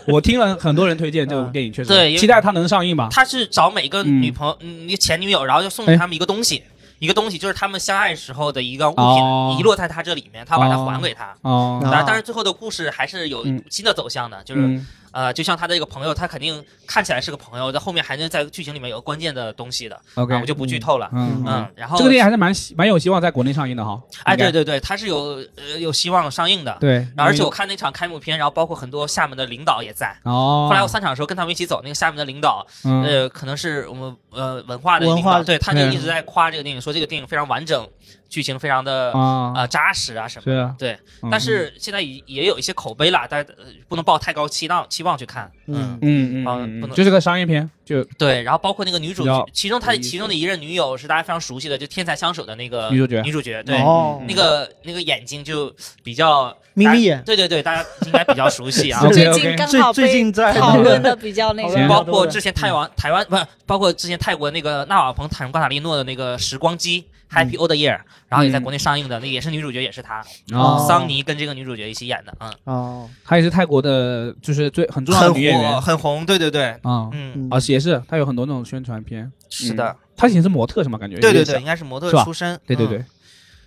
我听了很多人推荐这部嗯电影，确实对因为期待它能上映吧。他是找每个女朋友、嗯前女友，然后就哎送给他们一个东西，一个东西就是他们相爱时候的一个物品，哦遗落在他这里面，他把它还给他。哦啊当然，但是最后的故事还是有嗯新的走向的，就是、嗯呃，就像他的一个朋友，他肯定看起来是个朋友，在后面还能在剧情里面有关键的东西的， OK，啊，我就不剧透了。嗯嗯嗯，然后这个电影还是蛮希蛮有希望在国内上映的哈。哎，应该对对对，它是有呃有希望上映的。对，嗯然后而且因我为看那场开幕片，然后包括很多厦门的领导也在。哦，后来我散场的时候跟他们一起走，那个厦门的领导，嗯呃，可能是我们呃文化的文领化导，对，他就对一直在夸这个电影，说这个电影非常完整，剧情非常的啊啊扎实啊什么是的。啊，对，嗯但是现在也也有一些口碑啦，但呃不能抱太高期望期望去看。嗯，嗯嗯啊嗯，不嗯能就是个商业片，就对，然后包括那个女主比较，其中她有意思其中的一任女友是大家非常熟悉的，就《天才相守》的那个女主角女主角嗯对，哦那个那个眼睛就比较眯眯眼大家对对对，大家应该比较熟 <laughs> 悉啊。 OK，OK 最近刚最好最被近在讨论的比较那讨个论行包括之前泰王台湾不是，包括之前泰国那个纳瓦彭坦瓜塔利诺的那个《时光机》Happy Old Year，然后嗯也在国内上映的，那也是女主角也是她，啊哦，桑尼跟这个女主角一起演的，嗯，哦，她也是泰国的，就是最很重要很的女演员火很红，对对对，啊嗯，嗯啊，也是她有很多那种宣传片，是的，她以前是模特是吗？感觉嗯有对点对对，像应该是模特是吧出身，对对嗯嗯对，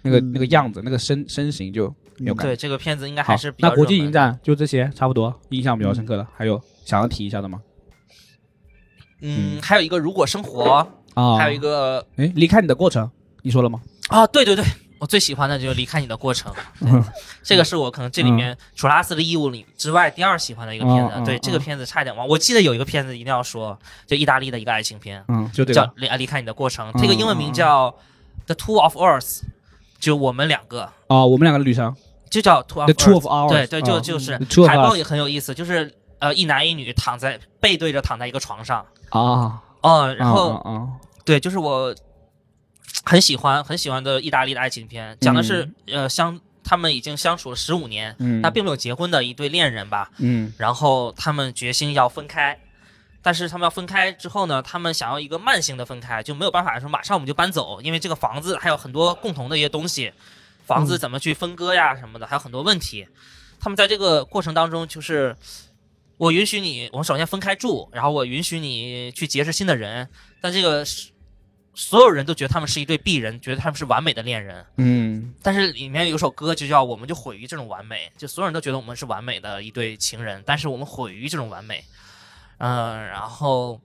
那个嗯那个样子，那个身身形就有感觉。对，这个片子应该好还是，比较那国际热门影展就这些，差不多印象比较深刻的，还有想要提一下的吗？嗯，还有一个如果生活，啊，还有一个哎，离开你的过程，你说了吗？啊，对对对，我最喜欢的就是离开你的 <laughs> 过程，对这嗯个是我可能这里面除了阿斯的义务里之外第二喜欢的一个片嗯嗯子。对，嗯这个片子差一点忘，我记得有一个片子一定要说，就意大利的一个爱情片，嗯，就这叫个《离啊离开你的过程》，嗯这个英文名叫《The Two of Us》，就我们两个，啊，我们两个的旅程就叫 Two of ，The Two Us。 of Ours，对对，就啊就是 The Two of 海报 Us 也很有意思，就是呃一男一女躺在背对着躺在一个床上，啊，嗯，然后啊啊对，就是我很喜欢很喜欢的意大利的爱情片，讲的是、呃相他们已经相处了十五年，嗯，那并没有结婚的一对恋人吧，嗯然后他们决心要分开。但是他们要分开之后呢，他们想要一个慢性的分开，就没有办法说马上我们就搬走，因为这个房子还有很多共同的一些东西，房子怎么去分割呀什么的，还有很多问题。他们在这个过程当中，就是我允许你，我们首先分开住，然后我允许你去结识新的人，但这个是所有人都觉得他们是一对璧人，觉得他们是完美的恋人。嗯但是里面有首歌就叫《我们就毁于这种完美》，就所有人都觉得我们是完美的一对情人，但是我们毁于这种完美。嗯、然后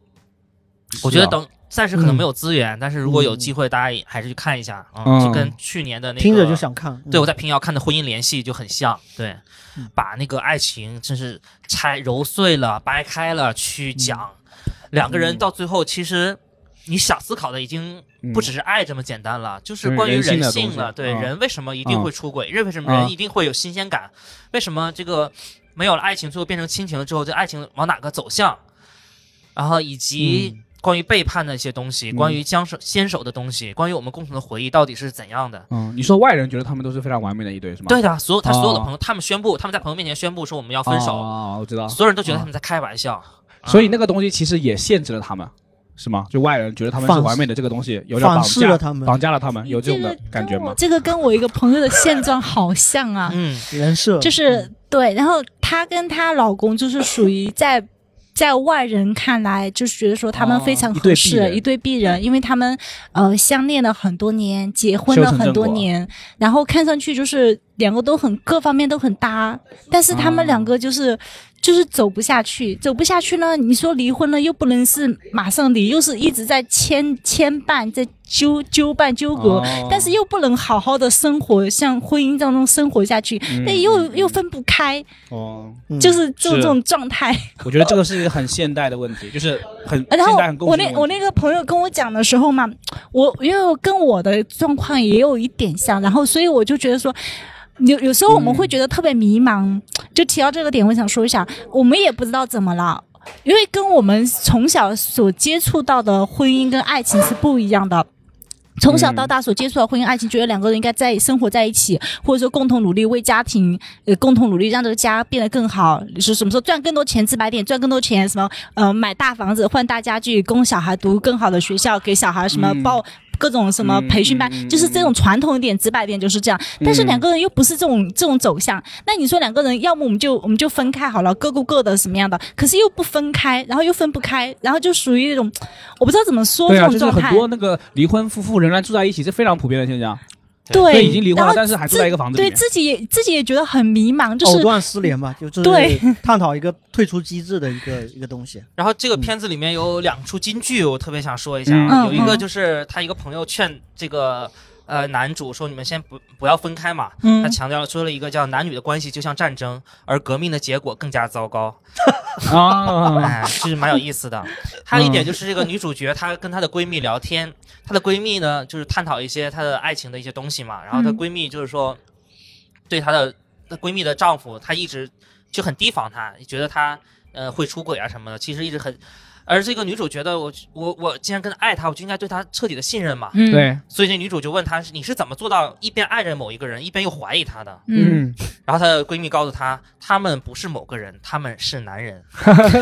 我啊觉得等暂时可能没有资嗯源，但是如果有机会，大家也还是去看一下啊，嗯就跟去年的那个听着就想看，嗯对我在平遥看的《婚姻联系》就很像，对嗯，把那个爱情真是拆揉碎了、掰开了去讲，嗯两个人到最后其实你想思考的已经嗯不只是爱这么简单了，就是对关于人性人的性了，东西嗯对人为什么一定会出轨，人为什嗯么人一定会有新鲜感，为什么这个没有了爱情，最后变成亲情了之后，这爱情往哪个走向，然后以及。关于背叛的一些东西，嗯关于将手牵手的东西，关于我们共同的回忆到底是怎样的？嗯，你说外人觉得他们都是非常完美的一对是吗？对的，所有他所有的哦朋友，他们宣布，他们在朋友面前宣布说我们要哦，分手，啊，我知道，所有人都觉得他们在开玩笑。所以那个个东西其实也限制了他们，是吗？就外人觉得他们是反完美的这个东西，有点绑反噬架了，他们绑架了他们，有这种个的感觉跟我吗？这个跟我一个朋友的现状好像啊，嗯人设，就是嗯对，然后她跟她老公就是 <laughs> 属于在。在外人看来，就是觉得说他们非常哦一对璧合适，人一对璧人，因为他们呃相恋了很多年，结婚修了成很正多果年，然后看上去就是两个都很各方面都很搭，但是他们哦两个就是、就是走不下去，走不下去呢，你说离婚了又不能是马上离，又是一直在牵牵绊，在纠纠绊纠葛，哦但是又不能好好的生活，像婚姻当中生活下去，嗯那、又又分不开，哦，嗯就是这种是这种状态。我觉得这个是一个很现代的问题，就是很哎然后现代很共我性的那问题我那个朋友跟我讲的时候嘛，我因为我跟我的状况也有一点像，然后所以我就觉得说。有有时候我嗯们会觉得特别迷茫，就提到这个点，我想说一下，我们也不知道怎么了，因为跟我们从小所接触到的婚姻跟爱情是不一样的。从小嗯到大所接触到婚姻爱情，觉得两个人应该在生活在一起，或者说共同努力为家庭，呃，共同努力让这个家变得更好。是什么时候赚更多钱，自白点赚更多钱，什么呃买大房子、换大家具，供小孩读更好的学校，给小孩什么嗯报。各种什么嗯培训班，嗯嗯嗯就是这种传统一点、直白一点，就是这样。但是两个人又不是这种这种走向，那你说两个人，要么我们就我们就分开好了，各过各的什么样的，可是又不分开，然后又分不开，然后就属于那种我不知道怎么说对这啊，种就是状很态。多那个离婚夫妇仍然住在一起，是非常普遍的现象。所对，以已经离婚然了后，但是还住在一个房子哦里对面。自己也自己也觉得很迷茫，就藕是断丝连吧，就就是对探讨一个退出机制的一个一个东西。然后这个片子里面有两处金句，我特别想说一下，啊嗯有一个嗯就是他一个朋友劝这个呃男主说你们先不不要分开嘛，他嗯，啊强调说了一个叫男女的关系就像战争，而革命的结果更加糟糕，啊，嗯哎，是蛮有意思的。还有一点就是这个女主角她跟她的闺蜜聊天，她的闺蜜呢就是探讨一些她的爱情的一些东西嘛，然后她嗯闺蜜就是说对她的她闺蜜的丈夫，她一直就很提防她，觉得她呃会出轨啊什么的，其实一直很。而这个女主觉得我我我既然跟她爱她，我就应该对她彻底的信任嘛。嗯，对，所以这女主就问她，你是怎么做到一边爱着某一个人，一边又怀疑他的？嗯， <laughs> 然后她的闺蜜告诉她，他们不是某个人，他们是男人。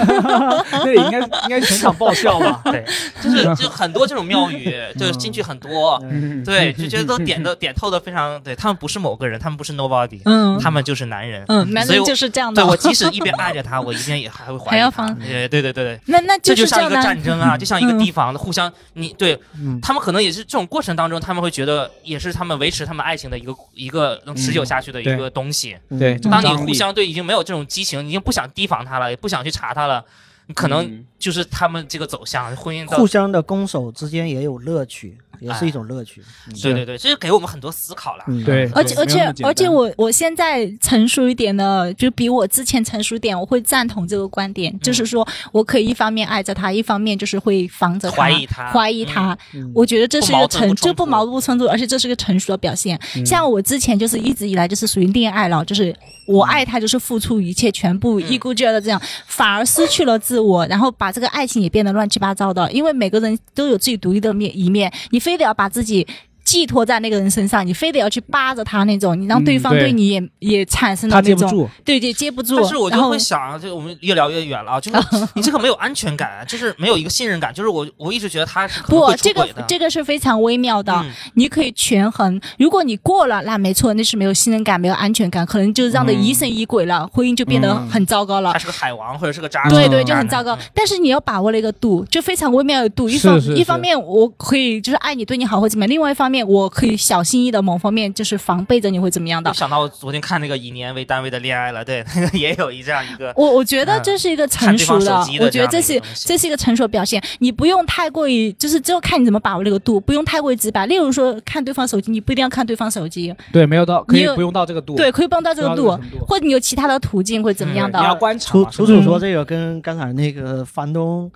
那也应该应该全场爆笑 <laughs> 吧？对，就是就很多这种妙语，就是进去很多，嗯，嗯，对，就觉得都点的点透的非常对。他们不是某个人，他们不是 nobody，嗯他们就是男人。嗯，男所以人我就是这样的对，我即使一边爱着他，我一边也还会怀疑他。还要防对对对对对， <laughs> 那那这是这像一样个的啊，战争啊，就像一个嗯提防的互相，你对嗯他们可能也是这种过程当中，他们会觉得也是他们维持他们爱情的一个一个嗯能持久下去的一对个东西。对嗯就当你张互力相对已经没有这种激情，你已经不想提防他了，也不想去查他了，你可能嗯就是他们这个走向婚姻到互相的攻守之间也有乐趣，也是一种乐趣。嗯对对对，这是给我们很多思考了。嗯对，而且而没有那么且简单而且我我现在成熟一点的，就比我之前成熟一点，我会赞同这个观点，嗯就是说我可以一方面爱着他，一方面就是会防着他怀疑他怀疑他。嗯我觉得这是一个成，不这嗯不矛矛不冲突，而且这是个成熟的表现。像我之前就是一直以来就是属于恋爱脑，就是我爱他就是付出一切，全部嗯一顾就要的这样，反而失去了自我，然后把这个爱情也变得乱七八糟的。因为每个人都有自己独立的面一面，你非得要把自己。寄托在那个人身上，你非得要去扒着他那种，你让嗯对方对对你也、也产生了他那接不种，住，对对接不住。但是我然就后会想，就我们越聊越远了啊，就是 <laughs> 你这个没有安全感，就是没有一个信任感，就是我我一直觉得他是可能不会，出这个轨的。这个是非常微妙的，嗯你可以权衡。如果你过了，那没错，那是没有信任感、没有安全感，可能就让的疑神疑鬼了，婚姻就变得很糟糕了嗯他。是个海王或者是个渣男，对嗯对，就很糟糕嗯。但是你要把握了一个度，就非常微妙的度。一是方是一方面，我可以就是爱你，对你好或怎么样；，另外一方面，我可以小心翼翼的某方面就是防备着你会怎么样的我。想到我昨天看那个以年为单位的恋爱了，对， <laughs> 那个也有一这样一个，我我觉得这是一个成熟嗯看对方的手机，的我觉得这这是样的一个东西这是一个成熟的表现。你不用太过于，就是只有看你怎么把握这个度，不用太过于直白。例如说看对方手机，你不一定要看对方手机，对，没有到可你以有不用到这个度，对，可以帮到这个不度用到这个程度，或者你有其他的途径或者怎么样嗯你要的。观察楚嘛，楚楚说这个跟刚才那个房东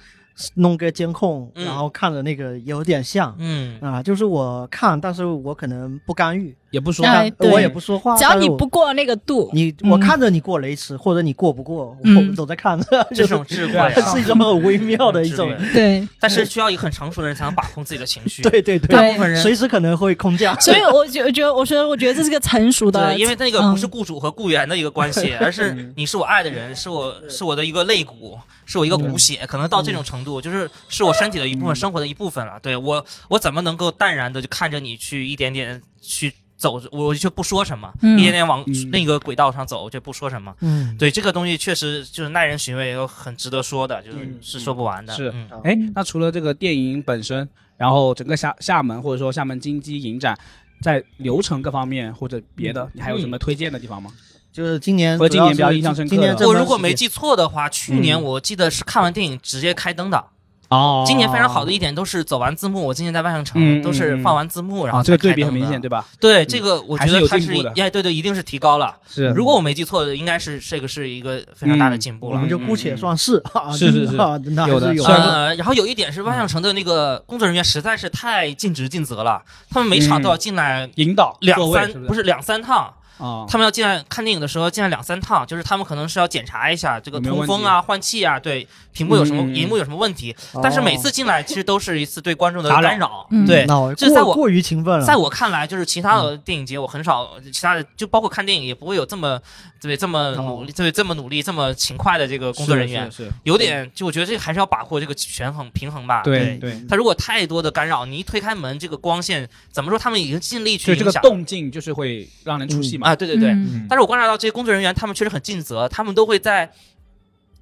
弄个监控，嗯然后看着那个有点像嗯，啊，就是我看，但是我可能不干预，也不说哎但但对我也不说话，只要但你是我不过那个度，你嗯我看着你过雷池，或者你过不过，嗯我都在看着，这就是种智慧对啊啊是是一种很微妙的一种智，慧对，但是需要一个很成熟的人才能把控自己的情绪。对对对对，大部分人随时可能会空降，所以我觉我觉得我说我觉得这是个成熟的，对，因为那个嗯不是雇主和雇员的一个关 <laughs> 系，而嗯是你是我爱的人，是我是我的一个肋骨，是我一个嗯骨血，可能到这嗯种程度，就是是我身体的一部分，生活的一部分了。对我，我怎么能够淡然的就看着你去一点点去走，我就不说什么，嗯一点点往嗯那个轨道上走，我就不说什么。嗯，对这个东西确实就是耐人寻味，有很值得说的，就是嗯是说不完的。是嗯哎，那除了这个电影本身，然后整个厦厦门或者说厦门金鸡影展，在流程各方面或者别的，你还有什嗯么推荐的地方吗？就是今年和今年主比要是较印象深刻的今年这我段如果时间没记错的话，去年嗯我记得是看完电影直接开灯的。哦今年非常好的一点都是走完字幕，我今年在万象城嗯都是放完字幕，然后啊，这个才开对比很灯明的显，。对吧？对这个，我觉还是得有它进是步一的嗯哎，对对，一定是提高了。是如果我没记错的，应该是这个是一个非常大的进步我了嗯们。就姑且算是啊，是是是啊那还有的嗯有虽然的说嗯呃，然后有一点是万象城的那个工作人员实在是太尽职尽责了，他们每场都要进来引导两座位三，是不是两三趟，啊，他们要进来看电影的时候进来两三趟，就是他们可能是要检查一下这个有没有问通风题啊、换气啊，对屏幕有什么、嗯嗯嗯荧幕有什么问题，但是哦每次进来其实都是一次对观众的打扰干扰，嗯对，那我这在我过过于勤嗯奋了，在我看来，就是其他的电影节，我很少，其他的就包括看电影，也不会有这么对这么努力，对这么努力、这么勤快的这个工作人员，是是是有点就我觉得这个还是要把握这个权衡平衡吧。对啊对，对，他如果太多的干扰，你一推开门，这个光线怎么说？他们已经尽力去就这影个响动静就是会让人出戏嘛。啊，对对对。嗯嗯但是我观察到这些工作人员，他们确实很尽责，他们都会在。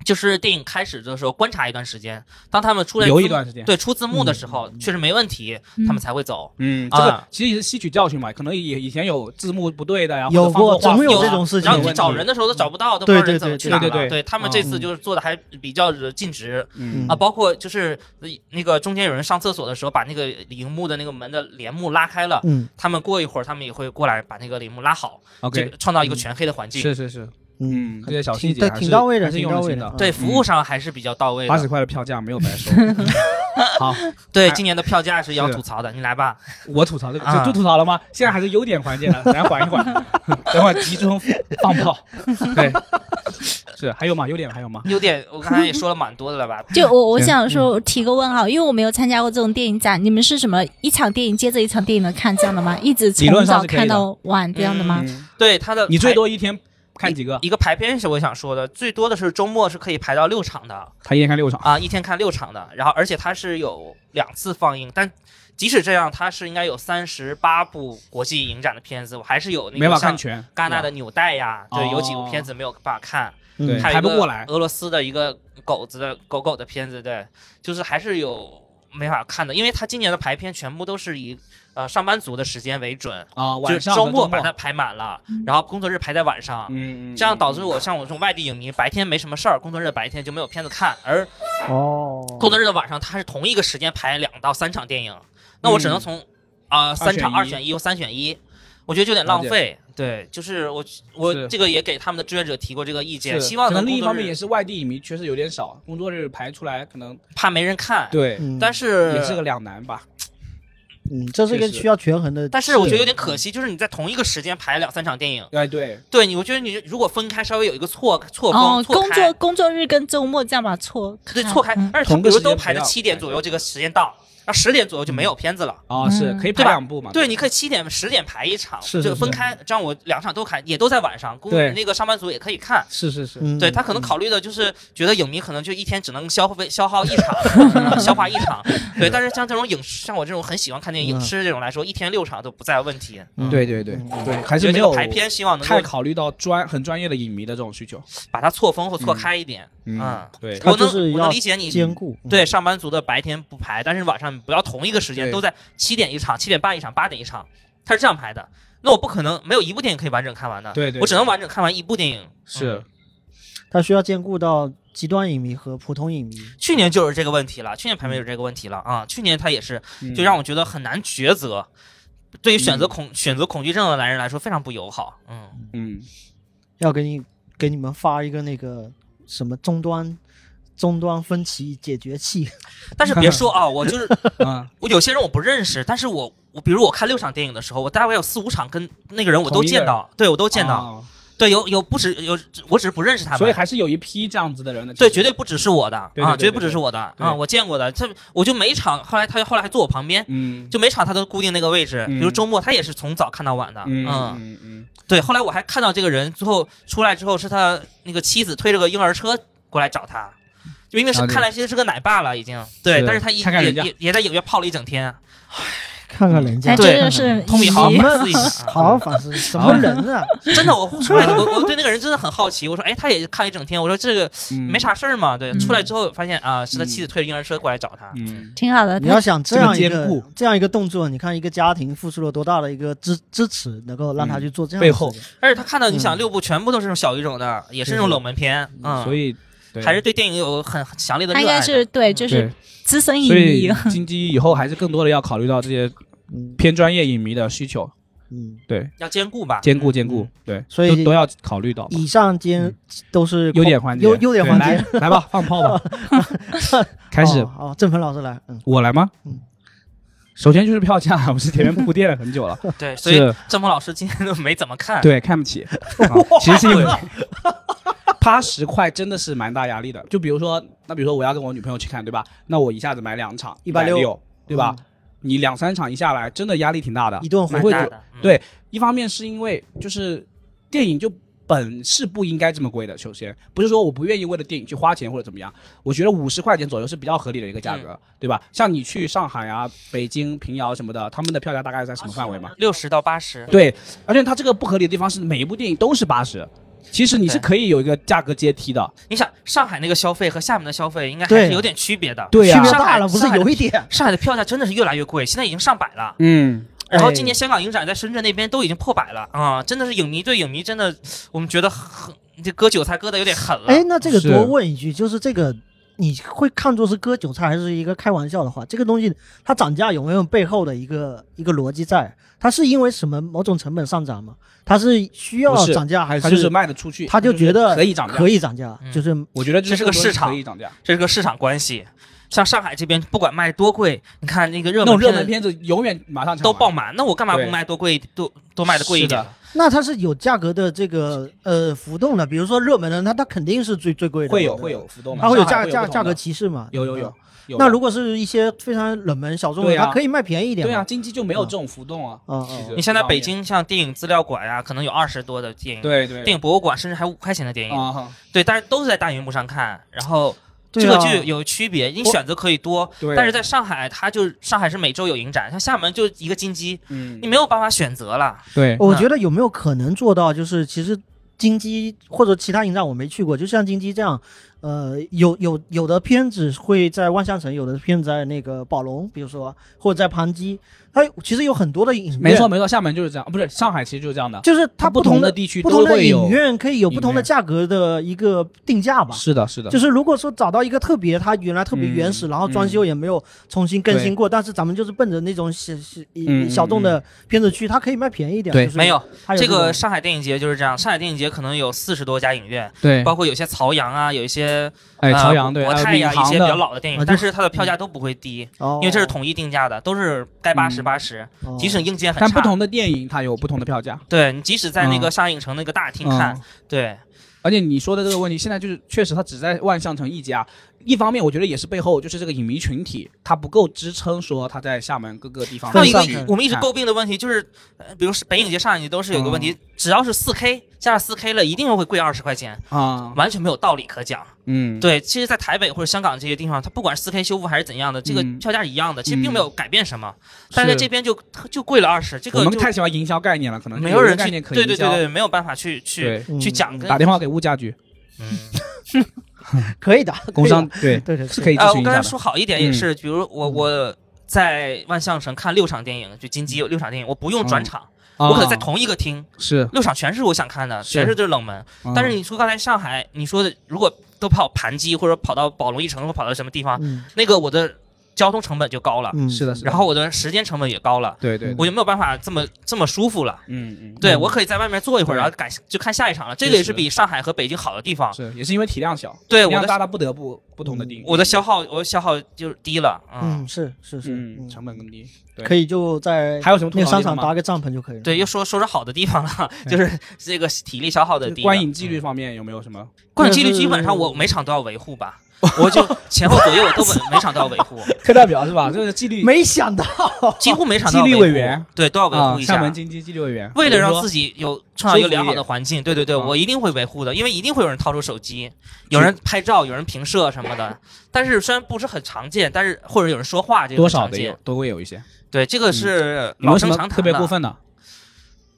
就是电影开始的时候观察一段时间，当他们出来留一字幕段时间。对出字幕的时候，确实没问题，他们才会走。嗯，这个啊其实也是吸取教训嘛，可能也以前有字幕不对的呀，有或者放错话过总有术啊这种事情然后有你问找题人的时候都找不到，都不知道对人对怎么对去哪对了。对对他们嗯这次就是做的还比较尽职。嗯啊，包括就是呃那个中间有人上厕所的时候，把那个荧幕的那个门的帘幕拉开了，嗯他们过一会儿他们也会过来把那个帘幕拉好，这，OK，嗯个创造一个全黑的环境。是是是，嗯，这些小细挺节对还挺是到位的，还是挺用到心位的的。。对，服务上还是比较到位八十的。块的票价没有白收。好，对，今年的票价是要吐槽的，你来吧。我吐槽这个啊就就吐槽了吗？现在还是优点环节呢，咱缓一 <laughs> 缓，等会儿集中放炮。对，是还有吗？优点还有吗？优点我刚才也说了蛮多的了吧？就我我对嗯想说提个问号，因为我没有参加过这种电影展，你们是什么一场电影接着一场电影的看这样的吗？一直理论从上早是可以的看到晚这样的吗？嗯对，它的你最排多一天看几个？一个排片是我想说的，最多的是周末是可以排到六场的他一天看六场。啊，一天看六场的。然后而且它是有两次放映，但即使这样，它是应该有三十八部国际影展的片子，我还是有那没个法看像全，戛纳的纽带呀，哦对，有几部片子没有办法看，嗯对还有排一不个过来俄罗斯的一个狗子的狗狗的片子，对，就是还是有没法看的，因为它今年的排片全部都是以呃上班族的时间为准，啊，就晚是上周和末把它排满了，然后工作日排在晚上。嗯，嗯这样导致我像我这种外地影迷，白天没什么事儿，工作日白天就没有片子看，而哦，工作日的晚上，它是同一个时间排两到三场电影，那我只能从啊、呃三场嗯二二选选一或三选一，我觉得有点浪费。对，就是我是我这个也给他们的志愿者提过这个意见，是希望可能能另一工作方面日也是外地影迷确实有点少，工作日排出来可能怕没人看。对嗯但是也是个两难吧。嗯，这是一个确实需要权衡的事，但是我觉得有点可惜，就是你在同一个时间排两三场电影，哎，对，对你，我觉得你如果分开稍微有一个错错峰、哦，错工开作，工作日跟周末这样吧，错对错开，嗯而且他同们个比如时间不都排在要七点左右这个时间档，然后十点左右就没有片子了。啊，是嗯可以排对吧两部嘛？对，你可以七点、十点排一场，是是就是分开，这样我两场都看，也都在晚上。工对那个上班族也可以看。是是是，嗯，对他可能考虑的就是觉得影迷可能就一天只能消费消耗一场，消化一场。对，但是像这种影视，像我这种很喜欢看电影影嗯视这种来说，一天六场都不在问题。嗯对对对嗯对，还觉是得没这有个啊排片，希望能太够考虑到专很专业的影迷的这种需求。把它错峰或错开一点。嗯嗯，对，他我就能是我能要理解你兼顾，嗯对上班族的白天不排，但是晚上不要同一个时间对都在七点一场、七点半一场、八点一场，它是这样排的。那我不可能没有一部电影可以完整看完的，对对我只能完整看完一部电影。是嗯，他需要兼顾到极端影迷和普通影迷，去年就是这个问题了，去年排片有这个问题了啊，去年它也是嗯就让我觉得很难抉择。对于选择恐、选择恐惧症的男人来说非常不友好， <laughs> 嗯，嗯 <laughs> 要给你给你们发一个那个什么终端终端分歧解决器，但是别说啊，我 <laughs> 就是嗯啊，我有些人我不认识，但是我我比如我看六场电影的时候，我大概有四五场跟那个人我都同一个人见到，对我都见到，啊，对，有有不止有，我只是不认识他们，所以还是有一批这样子的人的。对，绝对不只是我的对对啊，对绝对不对只是我的对啊，我见过的，这我就每场，后来他后来还坐我旁边，嗯，就每场他都固定那个位置，嗯比如周末他也是从早看到晚的，嗯啊嗯嗯对，后来我还看到这个人最后出来之后是他那个妻子推着个婴儿车过来找他。就因为是了解看来其实是个奶爸了，已经对，啊是但是他一看看也人家也也在影院泡了一整天，看看人哎，家，对这就是通米以好好及反思一下，嗯 <laughs> 好好反思，什么人啊？真的我 <laughs> 出来我我对那个人真的很好奇，我说哎他也看一整天，我说这个嗯，没啥事儿嘛，对，嗯出来之后发现啊是他妻子推着婴儿车过来找他，嗯，挺呃好的。你要想这样一这个个兼顾这样一个动作，你看一个家庭付出了多大的一个支支持，能够让他去做这样嗯的背事后情而且他看到你想嗯六部全部都是这种小语种的，也是那种冷门片，嗯，所以对还是对电影有很很强烈的热他爱应的。嗯该是对，就是对，资深影所以迷。金鸡以后还是更多的要考虑到这些嗯偏专业影迷的需求，嗯，对，要兼顾吧，兼顾兼嗯顾，对，所以都都要考虑到嘛。以上间都是嗯优点环节，优优点环节。节，来吧，放炮 <laughs> 吧，开始哦，好，郑鹏老师来，嗯，我来吗嗯？首先就是票价，我们是前面铺垫了很久 <laughs> 了，嗯对，所以是郑鹏老师今天都没怎么看。对看不 <laughs> 起，啊其实是因为 <laughs> 八十块真的是蛮大压力的。就比如说，那比如说我要跟我女朋友去看，对吧？那我一下子买两场， 160六，对吧？你两三场一下来，真的压力挺大的。嗯一顿你混会蛮大觉的，嗯对一方面是因为就是电影就本是不应该这么贵的，首先不是说我不愿意为了电影去花钱或者怎么样，我觉得五十块钱左右是比较合理的一个价格，对吧？像你去上海啊、北京、平遥什么的，他们的票价大概在什么范围嘛？六十到八十，对，而且它这个不合理的地方是每一部电影都是八十，其实你是对可以有一个价格阶梯的，你想上海那个消费和厦门的消费应该还对是有点区别的。对啊区呀、别上大海了，不是上海有一点？上海的票价真的是越来越贵，现在已经上百了。嗯，然后哎今年香港影展在深圳那边都已经破百了啊！真的是影迷对影迷真的，我们觉得很这割韭菜割的有点狠了。哎，那这个是多问一句，就是这个你会看作是割韭菜，还是一个开玩笑的话？这个东西它涨价有没有背后的一个一个逻辑在？它是因为什么某种成本上涨吗？它是需要不是涨价还他就是卖得出去，他就觉得可以涨价，可以涨价？嗯就是我觉得就这是个说市场可以涨价。这是个市场关系。像上海这边，不管卖多贵，你看那个热那种门热片门片子永远马上抢啊都完爆满，那我干嘛对不卖多贵多多卖的贵一点是？那它是有价格的这个呃浮动的，比如说热门的，那它肯定是最最贵的，会有会有，浮动嘛，它会有上价海价不同的价格歧视嘛？有有有。有那的如果是一些非常冷门小众的，对啊它可以卖便宜一点。对啊，，经济就没有这种浮动啊。啊其实你像在这方面北，京，像电影资料馆啊，可能有二十多的电影，对对电影博物馆甚至还有五块钱的电影，啊，对，但是都是在大荧幕上看，然后对这啊个就有区别，你我选择可以多，对但是在上海，它就上海是每周有影展，像厦门就一个金鸡，嗯你没有办法选择了。对哦我觉得有没有可能做到，就是其实金鸡或者其他影展我没去过，就像金鸡这样，呃，有有有的片子会在万象城，有的片子在那个宝龙，比如说或者在盘鸡，它其实有很多的影院，没错没错，厦门就是这样，不是上海其实就是这样的，就是它不同的地区不同都的会有影。院可以有不同影的院价格的一个定价吧。是的，是的，就是如果说找到一个特别，它原来特别原始，嗯然后装修也没有重新更新过，但是咱们就是奔着那种小小嗯嗯小众的片子去，它可以卖便宜一点。对就是没有它有这个种上海电影节就是这样，上海电影节可能有四十多家影院，对包括有些朝阳啊，有一些哎，呃朝阳对，国还有泰闵呀、一行些比较的，嗯老的电啊影，就但是它的票价都不会低，哦因为这是统一定价的，都是该八十嗯八十，哦即使硬件很但差。不同的电影它有不同的票价。对你即使在那嗯个上影城那个大厅嗯看，对而且你说的这个问题，现在就是确实它只在万象城一家。一方面，我觉得也是背后就是这个影迷群体，它不够支撑说它在厦门各个地方。还有一分散个开我们一直诟病的问题就是，呃比如是北影节、上影节都是有个问嗯题，只要是四 K 加上四 K 了，一定会贵二十块钱，啊，完全没有道理可讲。嗯，对，其实，在台北或者香港这些地方，它不管是四 K 修复还是怎样的，这个嗯票价是一样的，其实并没有改变什么，是，但是在这边就就贵了二十，这我个们就太喜欢营销概念了，可能没有人概去，念可以对对对对，没有办法去去对，嗯去讲跟打电话给物价局、 <laughs> 嗯可以的，可以的工商，对对对是可以。以啊，咨询我一刚下才的。嗯说好一点也是，比如我我在万象城看六场电影，就金嗯鸡有六场电影，我不用转场，啊我可能在同一个厅，是，六场全是我想看的，是全是这冷门。但嗯是你说刚才上海，你说的如果都跑盘鸡或者跑到宝龙一城或跑到什么地方，嗯那个我的交通成本就高了，嗯啊是的，是的。然后我的时间成本也高了，对对，对我就没有办法这么这么舒服了。嗯嗯，对，嗯我可以在外面坐一会儿，对然后赶就看下一场了。这确个也实是比上海和北京好的地方。是也是因为体量小，对体我量的大，它不得不不同的定义。我的消耗，我的消耗就是低了。嗯嗯，，是是是，啊嗯成本更低，对可以就在还有什么吐那个槽的商地方场搭吗？个帐篷就可以了。对，又说说说好的地方了， <laughs> 就是这个体力消耗的低了。观影纪嗯律方面有没有什么？观影纪律基本上我每场都要维 <laughs> 护吧，我就前后左右我都每每场都要维护，课代表是 <laughs> 吧？这个纪律没想到，几乎每场都要维纪护律委员对都要维啊，护一厦下门。经济纪律委员为了让比如说自己有创造一舒服一个良好点的环境，对对对，啊我一定会维护的，因为一定会有人掏出手机，有是人拍照，有人评射什么的。但是虽然不是很常见，但是或者有人说话，这个多很少常的有见。都会有一些，对，这个是有没老有什生么常谈特别了过分的？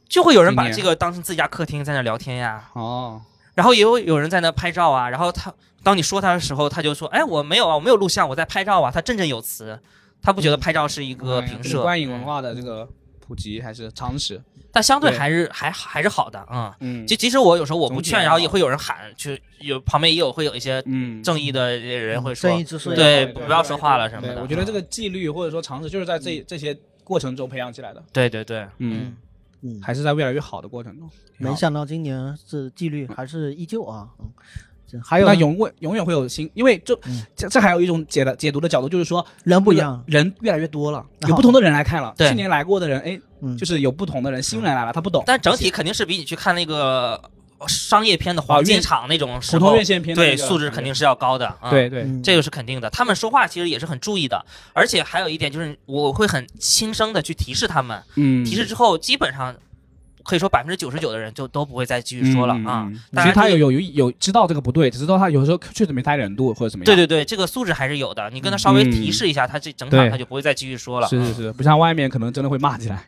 就会有人把今年这个当成自己家客厅在那聊天呀，哦，然后也有有人在那拍照啊，然后他当你说他的时候，他就说，哎，我没有啊，我没有录像，我在拍照啊，他振振有词，他不觉得拍照是一个哎呀平这射，嗯观影文化的这个普及还是常识，但相对对还是还还是好的，嗯，嗯就即使我有时候我不总体劝，还然后也好会有人喊，就有旁边也有会有一些嗯正义的人会说正义，之士，对对不要说话了什么对，的我觉得这个纪律或者说常识就是在这这些过程中培养起来的，对对对，嗯，嗯，还是在越来越好的过程中。没想到今年是纪律还是依旧啊，嗯，这还有那呢永远永远会有新，因为这嗯这这还有一种解的解读的角度，就是说人不一样，人越来越多了，有好不同的人来看了。对去年来过的人，哎，嗯，就是有不同的人，新人来了，他不懂。但整体肯定是比你去看那个商业片的黄啊金院场那种时普通候院线片的那对个素质肯定是要高的，嗯、对对，嗯这个是肯定的。他们说话其实也是很注意的，而且还有一点就是，我会很轻声的去提示他们，嗯，提示之后，基本上可以说百分之九十九的人就都不会再继续说了嗯啊嗯嗯。当其然实他这有个有有有知道这个不对，只是说他有时候确实没太忍度或者怎么样。对对对，这个素质还是有的。你跟他稍微嗯嗯提示一下，他这整场对他就不会再继续说了。是是是，不像外面可能真的会骂起来。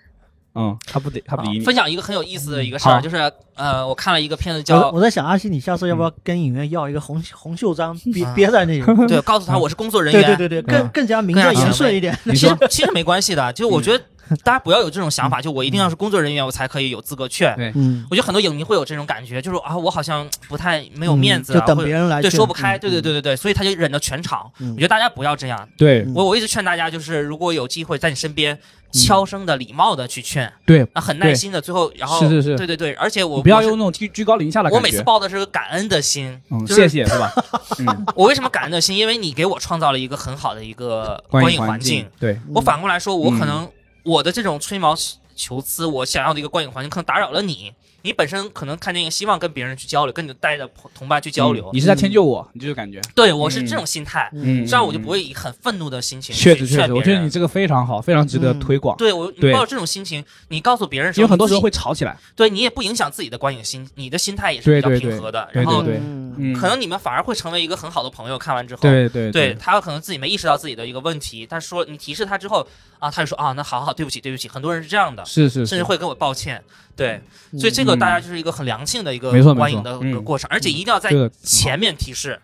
嗯，他不得他不理啊你。分享一个很有意思的一个事儿，好就是呃，我看了一个片子我叫嗯我在想，阿西，你下次要不要跟影院要一个红红袖章憋憋在 <laughs> 那里？ <laughs> 对，告诉他我是工作人对员。对对对，更嗯更加名更加正言权顺威 <laughs> 一点。你其说实其实没关系 <laughs> 的，就我觉得大家不要有这种想法，就我一定要是工作人员我才可以有资格去。对嗯，我觉得很多影迷会有这种感觉，就是啊，我好像不太没有面子嗯就啊，等或者别人来对劝说不开，嗯对对对对对，所以他就忍着全场。嗯我觉得大家不要这样，对嗯我我一直劝大家，就是如果有机会在你身边，悄声的、礼貌的去劝，对，啊，很耐心的，最后然后是是是对对对，而且我你不要我是用那种居居高临下的我感每次觉。抱的是感恩的心，嗯，就谢是谢是 <laughs> 吧？嗯，我为什么感恩的心？因为你给我创造了一个很好的 <laughs> 一个观影环境。对，我反过来说，嗯我可能我的这种吹毛求疵，我想要的一个观影环境，可能打扰了你。你本身可能看电影，希望跟别人去交流，跟你的带着朋同伴去交流嗯。你是在迁就我，你这个感觉。对我是这种心态，嗯，这样我就不会以很愤怒的心情确去实确劝实，我别觉得你人。这个非常好，非常值得嗯推广。对我，你对抱着这种心情，你告诉别人的因为很多你时自候己会吵起来。对你也不影响自己的观影心，你的心态也是对比较对平对和的。对然后对嗯嗯，可能你们反而会成为一个很好的朋友。看完之后，对对对，他可能自己没意识到自己的一个问题，他说嗯你提示他之后啊，他就说啊，那好好，对不起，对不起，很多人是这样的，是是甚至是，会跟我抱歉，对，所以这个嗯大家就是一个很良性的一个没错没观错影的一个嗯过程，而且一定要在这个前面提示，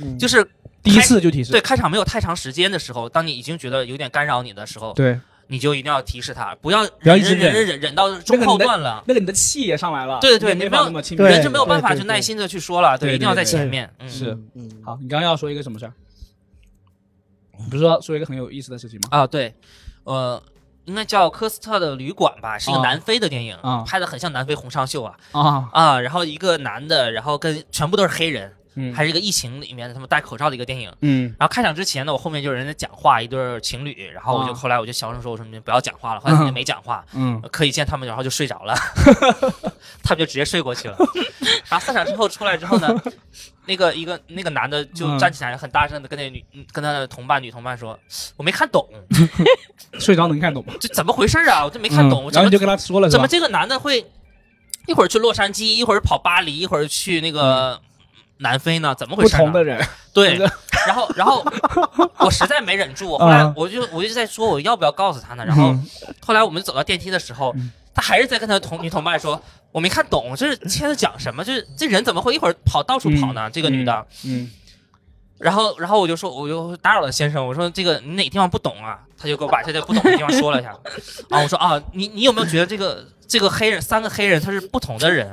嗯就是第一开次就提示。对开场没有太长时间的时候，当你已经觉得有点干扰你的时候，对，你就一定要提示他，不要不要忍一直忍忍忍忍忍忍到那中个后你的段了，那个你的气也上来了。对对你也没你没有法那么轻对易人就没有办法对去对耐心的去说了，对一定要对在对前面，嗯是嗯好，你刚刚要说一个什么事儿？你不是说说一个很有意思的事情吗？啊，对，呃，应该叫科斯特的旅馆吧，是一个啊南非的电影，啊拍的很像南非红裳秀啊啊，啊，然后一个男的，然后跟全部都是黑人，嗯，还是一个疫情里面的他们戴口罩的一个电影。嗯然后开场之前呢，我后面就有人在讲话，一对儿情侣，然后我就、啊后来我就小声说，我说你们不要讲话了，后来他们就没讲话，嗯呃可以见他们，然后就睡着 <laughs> 了，他们就直接睡过去了。然后散场之后出来之后呢，那个一个那个男的就嗯站起来，很大声的跟那女嗯跟他的同伴女同伴说，我没看懂。睡着能看懂吗？这怎么回事儿啊？我这呃没看嗯懂，我怎然后么你就跟他说了是怎吧么？这个男的会一会儿去洛杉矶，一会儿跑巴黎，一会儿去那个南非呢？怎么回嗯不事、同啊？的人，对对， <laughs> 然后然后我实在没忍住，我后来嗯我就我就在说我要不要告诉他呢？然后后来我们走到电梯的时候，嗯他还是在跟他的同女同伴说。我没看懂，这是现在讲什么？就是这人怎么会一会儿跑到处跑呢？这个女的，嗯，然后，然后我就说，我就打扰了先生，我说这个你哪地方不懂啊？他就给我把这个不懂的地方说了一下。啊，我说啊，你你有没有觉得这个这个黑人三个黑人他是不同的人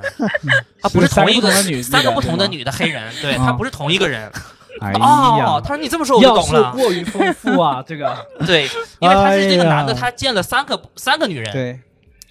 啊，不是同一三个不同的女三个不同的女女的黑人，对啊他不是同一个人。哎哦，他说你这么说我就要懂素了，过于丰富啊，这个对，因为他是这个男的，哎呀他见了三个三个女 <laughs> 人，对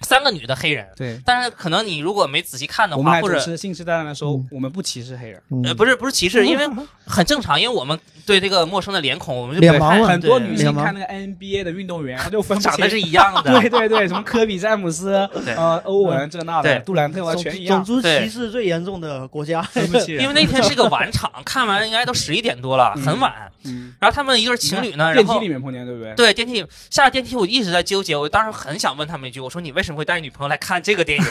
三个女的黑人。对。但是可能你如果没仔细看的我们话，还或者是信誓旦旦的说嗯，我们不歧视黑人，呃嗯不是不是歧视，因为很正常，因为我们对这个陌生的脸孔我们就脸不盲太了很多对女性脸盲看那个 NBA 的运动员，她就分不 <laughs> 长得是清。一样的， <laughs> 对对对，什么科比、詹姆斯、对呃欧文这那的，对杜兰特啊，种全一种样。族对歧视最严重的国家，对不起人，因为那天是个晚场，看完应该都十一点多了，嗯很晚。嗯然后他们一对情侣呢，电然梯后里面碰见，对不对？对电梯下了电梯，我一直在纠结，我当时很想问他们一句，我说你为什么会带女朋友来看这 <laughs> 个电影？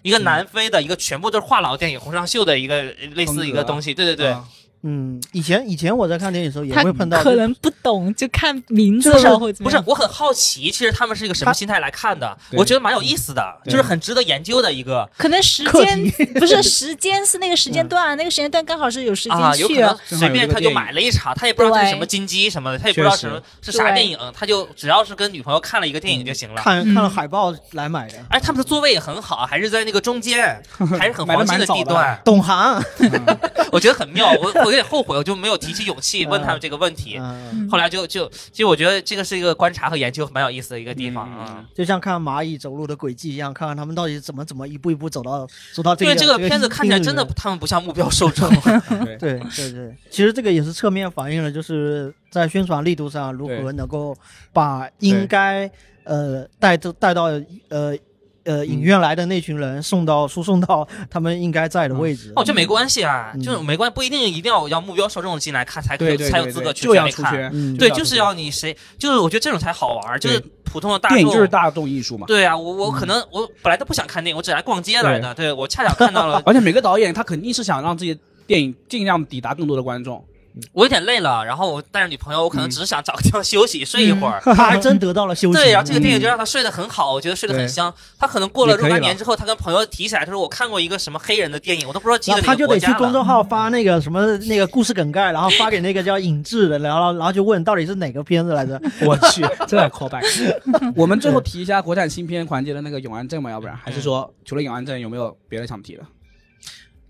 一个南非的一个全部都是话痨电影，红裳秀的一个类似一个东西，对对对，啊嗯，以前以前我在看电影的时候也他会碰到，可能不懂，就看名字就是上或者怎不么是样，我很好奇，其实他们是一个什么心态来看的？啊对我觉得蛮有意思的，对就是很值得研究的一个可能时课间题不是时间是那个时嗯间段，那个时间段刚好是有时间啊，有可去能啊。随便他就买了一场，他也不知道这是什么金鸡什么的，他也不知道什么是啥对电影，他就只要是跟女朋友看了一个电影就行了。看嗯看了海报来买的，哎，他们的座位也很好，还是在那个中间，还是很黄金地 <laughs> 段，懂行，嗯 <laughs> 我觉得很妙。我我有点后悔，我就没有提起勇气问他们这个问题。嗯，后来就就就我觉得这个是一个观察和研究蛮有意思的一个地方嗯啊。就像看蚂蚁走路的轨迹一样，看看他们到底怎么怎么一步一步走到走到这因个。为这个片子看起来真的，他们不像目标受众。对对对对，其实这个也是侧面反映了，就是在宣传力度上如何对能够把应该呃带着带到呃呃影院来的那群人送到输送到他们应该在的位置。那我觉得没关系啊，嗯就是没关，不一定一定要要目标受众进来看才可对以对才有对资对格对，去就全要力出看。圈，<laughs> 嗯，对，就要就是出要你谁，就是我觉得这种才好玩，就是普通的大电影众就是大众艺术嘛。嗯对啊，我我可能我本来都不想看电影，我只来逛街来的。对我恰巧看到了 <laughs> 而且每个导演他肯定是想让自己的电影尽量抵达更多的观众，我有点累了，然后我带着女朋友，我嗯可能只是想找个地方休息、睡一会儿。他还真得到了休息。对，然后这个电影嗯就让他睡得很好，我觉得睡得对很香。他可能过了也可以若干年了之后，他跟朋友提起来，他说我看过一个什么黑人的电影，我都不知道记然得后他哪就个得国去家公了。众号发那个什么那个故事梗概，然后发给那个叫尹志的，然后然后就问到底是哪个片子来着？ <laughs> 我去，这 callback。我 <laughs> 们最后提一下国产新片环节的那个《永安镇》吧，要不然还是说除了《永安镇》有没有别的想提的？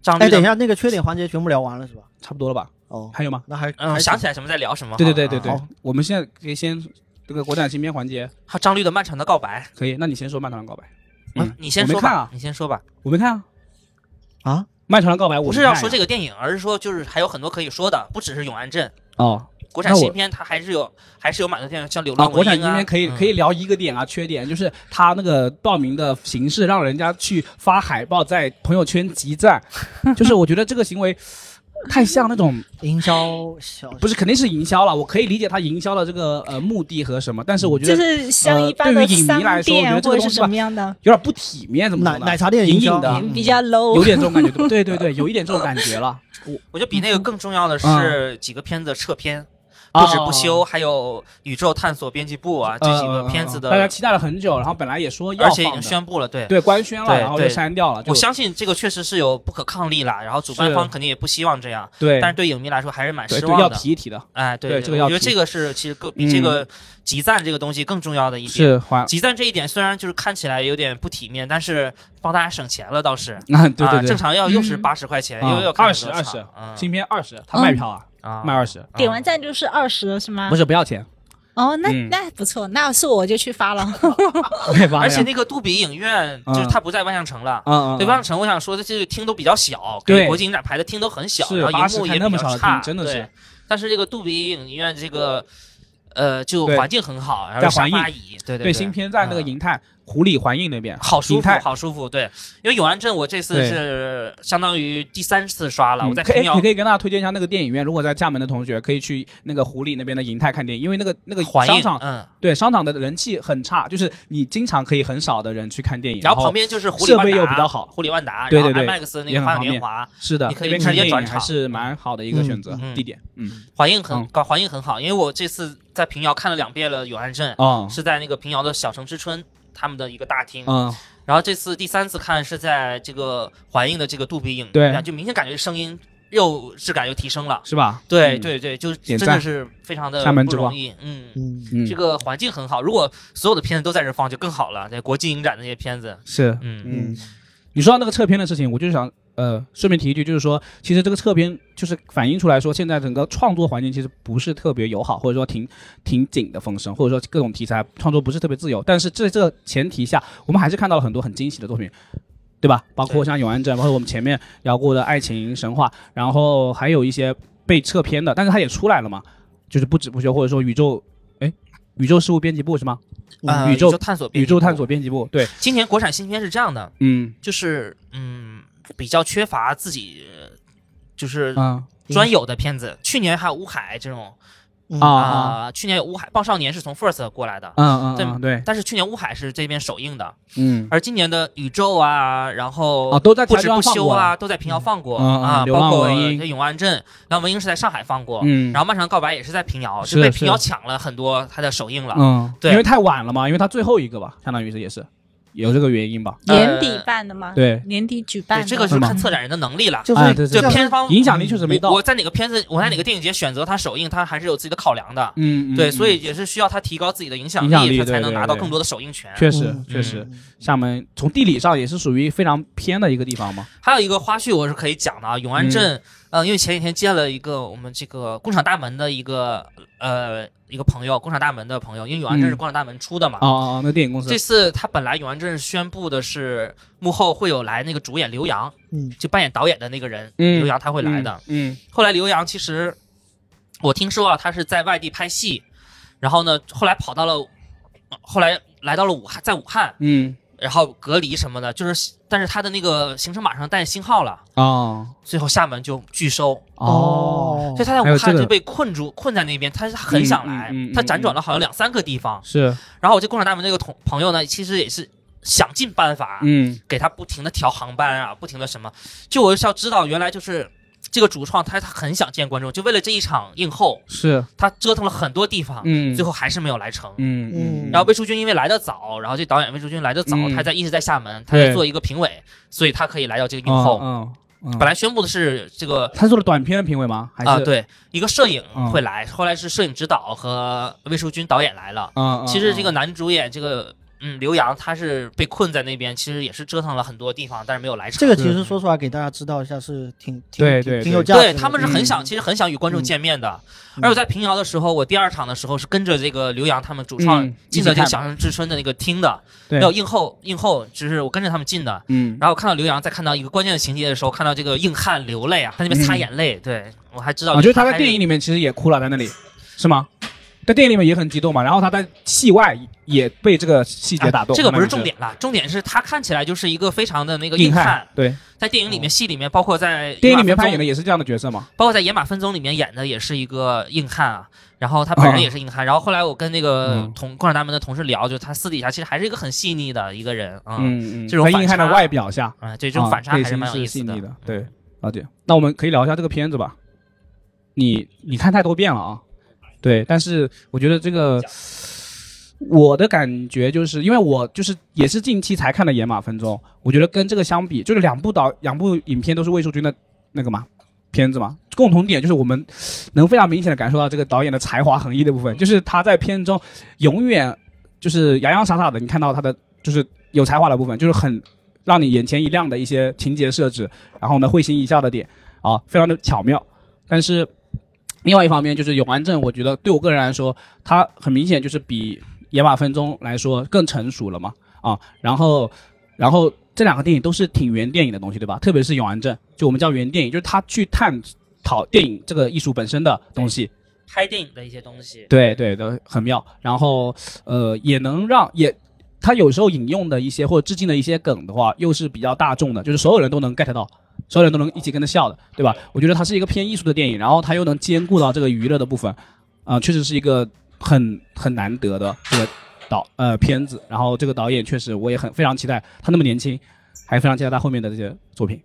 张哎，律等一的，下，那个缺点环节全部聊完了是吧？差不多了吧？哦，还有吗？那还嗯，还想起来什么再聊什么。哎对对对对好对好，我们现在可以先这个国产新片环节还有张律的漫长的告白，可以，那你先说《漫长的告白》。嗯嗯，，你先我没说看吧啊，，你先说吧。我没看啊，啊， 《漫长的告白》我不是要说这个个电影，而是说就是还有很多可以说的，不只是《永安镇》。哦国产那我新片它还是有，还是有蛮多电影，像《流啊，浪国文英》产新片可以嗯可以聊一个点啊，缺点就是它那个报名的形式让人家去发海报在朋友圈集赞，就是我觉得这个行为太像那种营销小不是，肯定是营销了。我可以理解他营销的这个呃目的和什么，但是我觉就得是像一般呃的对于影迷来商说我觉店得这个或东者是西吧什么样的，有点不体面，怎么奶说呢奶茶店隐营隐销的嗯比较有 low。点这种感觉， <laughs> 对对对对，有一点这种感觉 <laughs> 了。我觉得比那个更嗯重要的是几个片子的撤片，啊不止不休，还有宇宙探索编辑部啊这几个片子呃大家的，期待了很久，然后本来也说要而且已放经的，宣布了，对。对官宣了，对然后又对删掉了。就我相信这个确实是有不可抗力啦，然后主办是方肯定也不希望这样，对，但是对影迷来说还是蛮对失对要望的。提一提的，哎，对对，这个要我觉得提这个是其实更比嗯这个集赞这个东西更重要的一点。是还集赞这一点虽然就是看起来有点不体面，但是帮大家省钱了倒是。 <laughs> 啊，对对啊，正对，常要又是嗯八十块钱，啊又要看20很多场20嗯新片二十，他卖票啊，啊卖二十，点完赞就是二十是吗不？是不要钱，哦，那嗯那不错，那是我就去发 <laughs> 了。对吧？ <laughs> 而且那个杜比影院嗯就是它不在万象城了。 <laughs> 嗯嗯，对嗯万象城，我想说的这个厅都比较小，对给国际影展排的厅都很小，是然后80荧幕开也那比么较少的差，厅真的对是。但是这个杜比影院这个，呃，就对环境很好，然在后沙环发椅，对对对新片在那个嗯银泰湖里环映那边，好舒银服啊泰，好舒服。对，因为永安镇我这次对是相当于第三次刷了，嗯我哦在可以平哎你遥可以跟大家推荐一下那个电影院，如果在厦门的同学可以去那个湖里那边的银泰看电影，因为那个那个环商映，场嗯，对商场的人气很差，就是你经常可以很少的人去看电影，然然后旁边就是湖里设万备达，又比较好湖里万达，对对对 IMAX 那也个很花样方便年华，是的，你可以那边直看接电转影还场是蛮好的一个选择嗯嗯地点，嗯环境很嗯高，环境很好，因为我这次在平遥看了两遍了《永安镇》哦是在那个平遥的小城之春他们的一个大厅，嗯然后这次第三次看是在这个环映的这个杜比影对院，就明显感觉声音又质感又提升了。是吧？对嗯对对，就是点真赞的是非常的厦门不之光容易，嗯。嗯，嗯这个环境很好，如果所有的片子都在这放就更好了。在国际影展那些片子，是嗯，嗯，你说到那个撤片的事情，我就想呃顺便提一句，就是说其实这个撤片就是反映出来说，现在整个创作环境其实不是特别友好，或者说挺挺紧的风声，或者说各种题材创作不是特别自由。但是在这个前提下，我们还是看到了很多很惊喜的作品。对吧？包括对像《永安镇》，包括我们前面聊过的《爱情神话》，然后还有一些被撤片的，但是它也出来了嘛，就是不止不休，或者说宇宙，哎，宇宙事务编辑部是吗？呃宇宙探索，宇宙探索。编辑部，对，今年国产新片是这样的，嗯就是嗯，比较缺乏自己呃就是啊专有的片子。去年还有乌海这种嗯啊啊啊、去年有乌海《棒少年》是从 First 过来的，嗯嗯对嗯，对，但是去年乌海是这边首映的，嗯而今年的宇宙啊，然后啊，都在不台止湾不放休过了，啊，都在平遥放过、嗯嗯啊，流浪包括文英这永安镇，然后文英是在上海放过，嗯，啊然后《漫长告白》也是在平遥，是就被是平遥抢了很多它的首映了。嗯，对因为太晚了嘛，因为他最后一个吧，相当于是也是有这个原因吧，年底办的吗？，呃对，年底举办对，的。这个是是嗯吗看策展人的能力了。嗯就是啊对对这对片方影响力确实没我到，我在哪个片子，我在哪个电影节选择它首映，它还是有自己的考量的。嗯，嗯对，嗯所以也是需要他提高自己的影响影响力他对才能对拿到对更多的首映权。确实嗯确实，嗯厦门从地理上也是属于非常偏的一个地方嘛，还有一个花絮我是可以讲的啊，永嗯安镇，呃，因为前几天见了一个我们这个工厂大门的一个呃一个朋友，工厂大门的朋友，因为永安镇嗯是工厂大门出的嘛。哦哦，哦那电影公司这次他本来永安镇宣布的是幕后会有来那个主演刘洋，嗯就扮演导演的那个人，嗯刘洋他会来的。，嗯，嗯后来刘洋其实我听说啊，他是在外地拍戏，然后呢，后来跑到了，后来来到了武汉，在武汉，嗯，然后隔离什么的，就是但是他的那个行程码上带星号了，哦最后厦门就拒收，哦，所以他在还有武汉这个就被困住，困在那边，他他很想来，嗯嗯嗯嗯他辗转了好像两三个地方，是，然后我这共产大门那个同朋友呢，其实也是想尽办法，嗯给他不停的调航班啊，不停的什么，就我就要知道原来就是这个主创他他很想见观众，就为了这一场映后，是，他折腾了很多地方，嗯，啊最后还是没有来成。嗯嗯，嗯然后魏淑君因为来的早，然后这导演魏淑君来的早，嗯他在一直在厦门，他对在做一个评委，所以他可以来到这个映后。嗯嗯，本来宣布的是这个他做了短片的评委吗？还是啊，，对，一个摄影嗯会来，后来是摄影指导和魏淑君导演来了。嗯，嗯其实这个嗯男主演这个嗯刘洋，他是被困在那边，其实也是折腾了很多地方，但是没有来成。这个其实说出来给大家知道一下是挺挺对挺对挺有对价值的。对他们是很想，嗯其实很想与观众见面的。嗯而我在平遥的时候，我第二场的时候是跟着这个刘洋他们主创嗯进的这一起看个《小城之春》的那个厅的，对没有映后映后，只是我跟着他们进的。嗯，然后看到刘洋在看到一个关键的情节的时候，看到这个硬汉流泪啊，他那边擦嗯眼泪，对我还知道我还，啊觉得他在电影里面其实也哭了，在那里是吗？在电影里面也很激动嘛，然后他在戏外也被这个细节打动。啊这个不相当于是重，点啦，重点是他看起来就是一个非常的那个硬硬汉，对，在电影里面、戏里面，包括在电影里面扮演的，的也是这样的角色嘛。包括在《野马分鬃》里面演的也是一个硬汉啊。然后他本人也是硬汉，然后后来我跟那个嗯同共产党们的同事聊，就是他私底下其实还是一个很细腻的一个人啊，嗯嗯，这种在反硬汉的差外表下，啊，对这种啊反差内还是心蛮有意细思腻的。嗯对，了解。那我们可以聊一下这个片子吧。你你看太多遍了啊，对，但是我觉得这个。我的感觉就是，因为我就是也是近期才看的《野马分鬃》，我觉得跟这个相比，就是两部导两部影片都是魏淑君的那个嘛片子嘛，共同点就是我们能非常明显的感受到这个导演的才华横溢的部分，就是他在片中永远就是洋洋洒洒的，你看到他的就是有才华的部分，就是很让你眼前一亮的一些情节设置，然后呢会心一笑的点啊，非常的巧妙。但是另外一方面就是永安镇，我觉得对我个人来说，它很明显就是比《野马分鬃》来说更成熟了嘛啊，然后然后这两个电影都是挺原电影的东西，对吧？特别是永安镇，就我们叫原电影，就是它去探讨电影这个艺术本身的东西，拍电影的一些东西，对对的，很妙。然后呃，也能让也他有时候引用的一些或者致敬的一些梗的话，又是比较大众的，就是所有人都能 get 到，所有人都能一起跟着笑的，对吧？我觉得它是一个偏艺术的电影，然后它又能兼顾到这个娱乐的部分，啊、确实是一个很很难得的这个导呃片子。然后这个导演确实我也很非常期待，他那么年轻，还非常期待他后面的这些作品。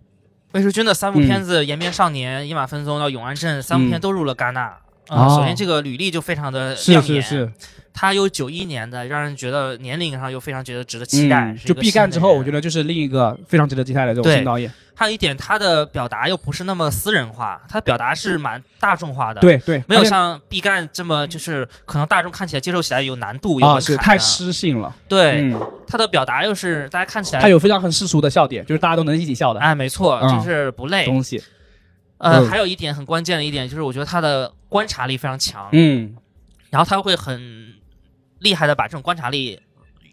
魏淑君的三部嗯片子《延边少年》《野马分鬃》到《永安镇》三部片都入了戛纳。啊、哦首先这个履历就非常的是亮是眼，是，他有九一年的，让人觉得年龄上又非常觉得值得期待。嗯，就毕赣之后，我觉得得就是另一个非常值得期待的这种对新导演。还有一点，他的表达又不是那么私人化，他表达是蛮大众化的，，对对，没有而且像毕赣这么就是可能大众看起来接受起来有难度，有啊，门是槛太的诗性了。对、嗯，他的表达又是大家看起它来，有非常很世俗的笑点，就是大家都能一起笑的哎，没错，嗯就是不累。东西。呃，嗯还有一点很关键的一点就是，我觉得他的观察力非常强，嗯，然后他会很厉害的把这种观察力，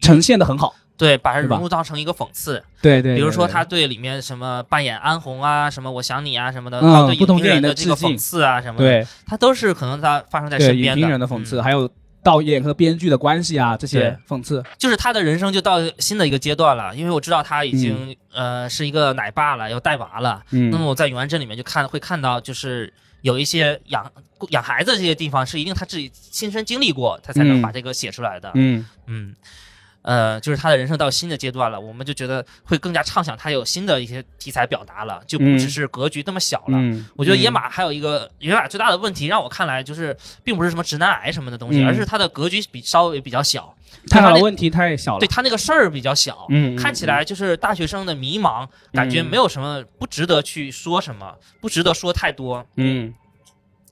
呈现的很好。对，把它对吧融入到成一个讽刺。对对比如说他他，对里面什么扮演安红啊，什么我想你啊什么的，嗯他对不同影评电人影的的这个致敬讽刺啊什么的，对他都是可能他发生在对身影边评人的讽刺，嗯还有导演和编剧的关系啊，这些讽刺。就是他的人生就到新的一个阶段了，因为我知道他已经呃是一个奶爸了，要带娃了。嗯那么我在永安镇里面就看会看到，就是有一些养养孩子这些地方是一定他自己亲身经历过，他才能嗯把这个写出来的。嗯嗯，呃，就是他的人生到新的阶段了，我们就觉得会更加畅想他有新的一些题材表达了，就不嗯只是格局那么小了。嗯，我觉得野嗯马还有一个野马最大的问题，让我看来就是并不是什么直男癌什么的东西，嗯而是他的格局比稍微比较小，探讨他的那问题太小了对。他那个事儿比较小。嗯，嗯看起来就是大学生的迷茫，感觉嗯没有什么不值得去说什么，不值得说太多，嗯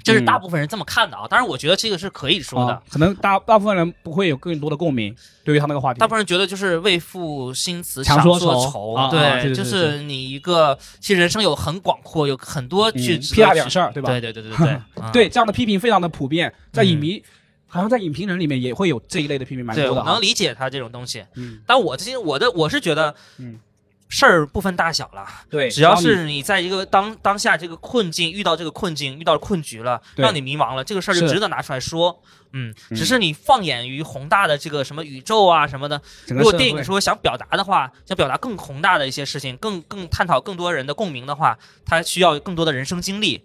这是嗯大部分人这么看的啊。当然，我觉得这个是可以说的，啊可能大大部分人不会有更多的共鸣，对于他那个话题。大部分人觉得就是为赋新词强说说愁，愁啊对，啊是是就是你一个其实人生有很广阔，有很多去嗯值得屁大去点事儿对吧对对对对对 <laughs> 嗯对这样的批评非常的普遍，在影迷好像在影评人里面也会有这一类的批评蛮对，多我的啊能哈。理解他这种东西，嗯，但我其实我的我是觉得，嗯事儿不分大小了，对，只要当你是你在一个当当下这个困境遇到这个困境遇到困局了，对让你迷茫了，这个事儿就是值得拿出来说。嗯，嗯只是你放眼于宏大的这个什么宇宙啊什么的，整如个果社电影会说想表达的话，想表达更宏大的一些事情，更更探讨更多人的共鸣的话，它需要更多的人生经历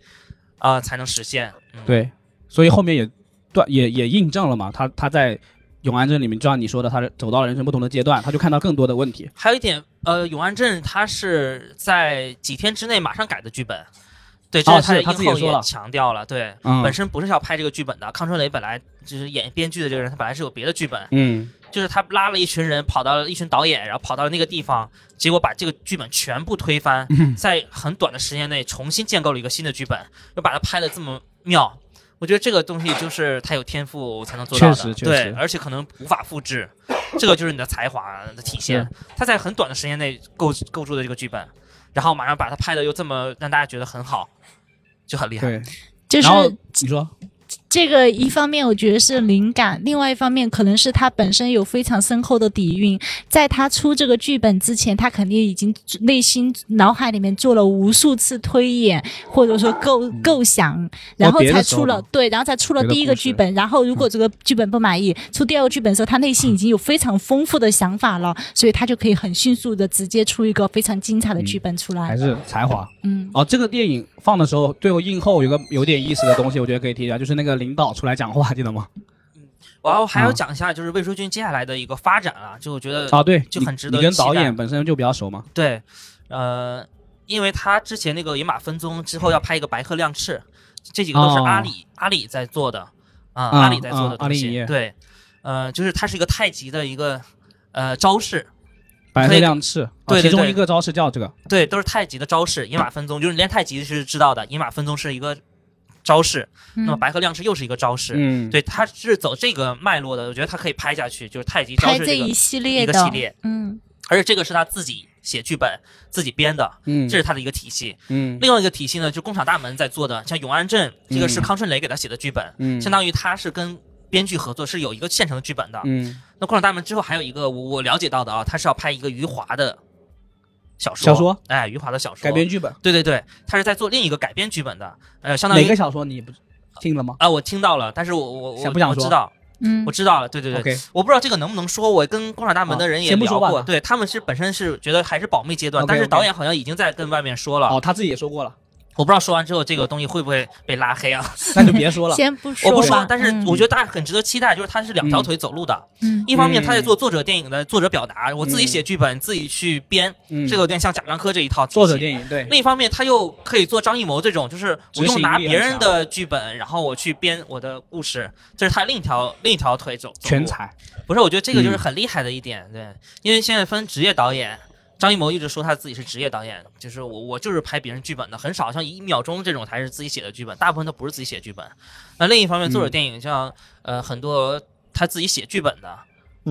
啊、才能实现。嗯，对，所以后面也断也也印证了嘛，他他在永安镇里面，就像你说的，他走到了人生不同的阶段，他就看到更多的问题。还有一点，呃，永安镇它是在几天之内马上改的剧本。对，哦这他是他映自己也后说也了强调了，对，嗯本身不是要拍这个剧本的。康春雷本来就是演编剧的这个人，他本来是有别的剧本，嗯，就是他拉了一群人，跑到了一群导演，然后跑到了那个地方，结果把这个剧本全部推翻，嗯在很短的时间内重新建构了一个新的剧本，又把它拍的这么妙。我觉得这个东西就是他有天赋才能做到的，确实确对实，而且可能无法复制，这个就是你的才华的体现是。他在很短的时间内构构筑的这个剧本，然后马上把它拍的又这么让大家觉得很好，就很厉害。对。就然后是你说，这个一方面我觉得是灵感，另外一方面可能是他本身有非常深厚的底蕴，在他出这个剧本之前，他肯定已经内心脑海里面做了无数次推演，或者说构构想，然后别的才时候出了吧对，然后才出了别的第一个故事剧本。然后如果这个剧本不满意，出第二个剧本的时候，他内心已经有非常丰富的想法了，所以他就可以很迅速的直接出一个非常精彩的剧本出来还。是才华嗯，哦。这个电影放的时候，最后映后有个有点意思的东西，我觉得可以提一下，就是那个领导出来讲话，记得吗？然后还要嗯讲一下就是魏书君接下来的一个发展啊，就我觉得啊，对，就你很值你得跟期导待演本身就比较熟嘛，对，呃，因为他之前那个《野马分鬃》之后要拍一个《白鹤亮翅》，这几个都是哦阿里、阿里在做的啊，啊阿里在做啊的阿东里西。影业对，呃，就是它是一个太极的一个呃招式，白可色以亮翅，啊对其对中对一个招式叫这个，对，都是太极的招式。野马分鬃就是你练太极是知道的，野马分鬃是一个招式，那么嗯白鹤亮翅又是一个招式。嗯，对，它是走这个脉络的，我觉得它可以拍下去，就是太极招拍式这这个一，系列一个的系列，嗯，而且这个是他自己写剧本、自己编的，嗯，这是他的一个体系。嗯另外一个体系呢，就工厂大门在做的，像永安镇这个是嗯康春雷给他写的剧本，嗯相当于他是跟编剧合作，是有一个现成的剧本的。嗯那工厂大门之后还有一个我我了解到的啊，他是要拍一个余华的小说，小说哎，余华的小说改编，剧本，对对对，他是在做另一个改编剧本的，呃，相当哪于个啊、小说你不听了吗我听到了，但是我我我想不想我说知道，嗯我，知道了，对对对。 ？OK，我不知道这个能不能说，我跟工厂大门的人啊也先不说聊吧过，对他们是本身是觉得还是保密阶段，但是 OK，OK 导演好像已经在跟外面说了，哦，他自己也说过了，我不知道说完之后这个东西会不会被拉黑啊？那就别说嗯了，先不我不吧说，，但是我觉得大家很值得期待，就是他是两条腿走路的。嗯一方面他在做作者电影的作者表达，我自己写剧本，自己去编，嗯，这个有点像贾樟柯这一套体系作者电影对，另一方面，他又可以做张艺谋这种，就是我用拿执行力很强别人的剧本，然后我去编我的故事，这是他另一条另一条腿走。走全路才，不是，我觉得这个就是很厉害的一点，对，因为现在分职业导演。张艺谋一直说他自己是职业导演，就是我，我就是拍别人剧本的，很少像一秒钟这种才是自己写的剧本，大部分都不是自己写剧本。那另一方面，作者嗯电影像、呃很多他自己写剧本的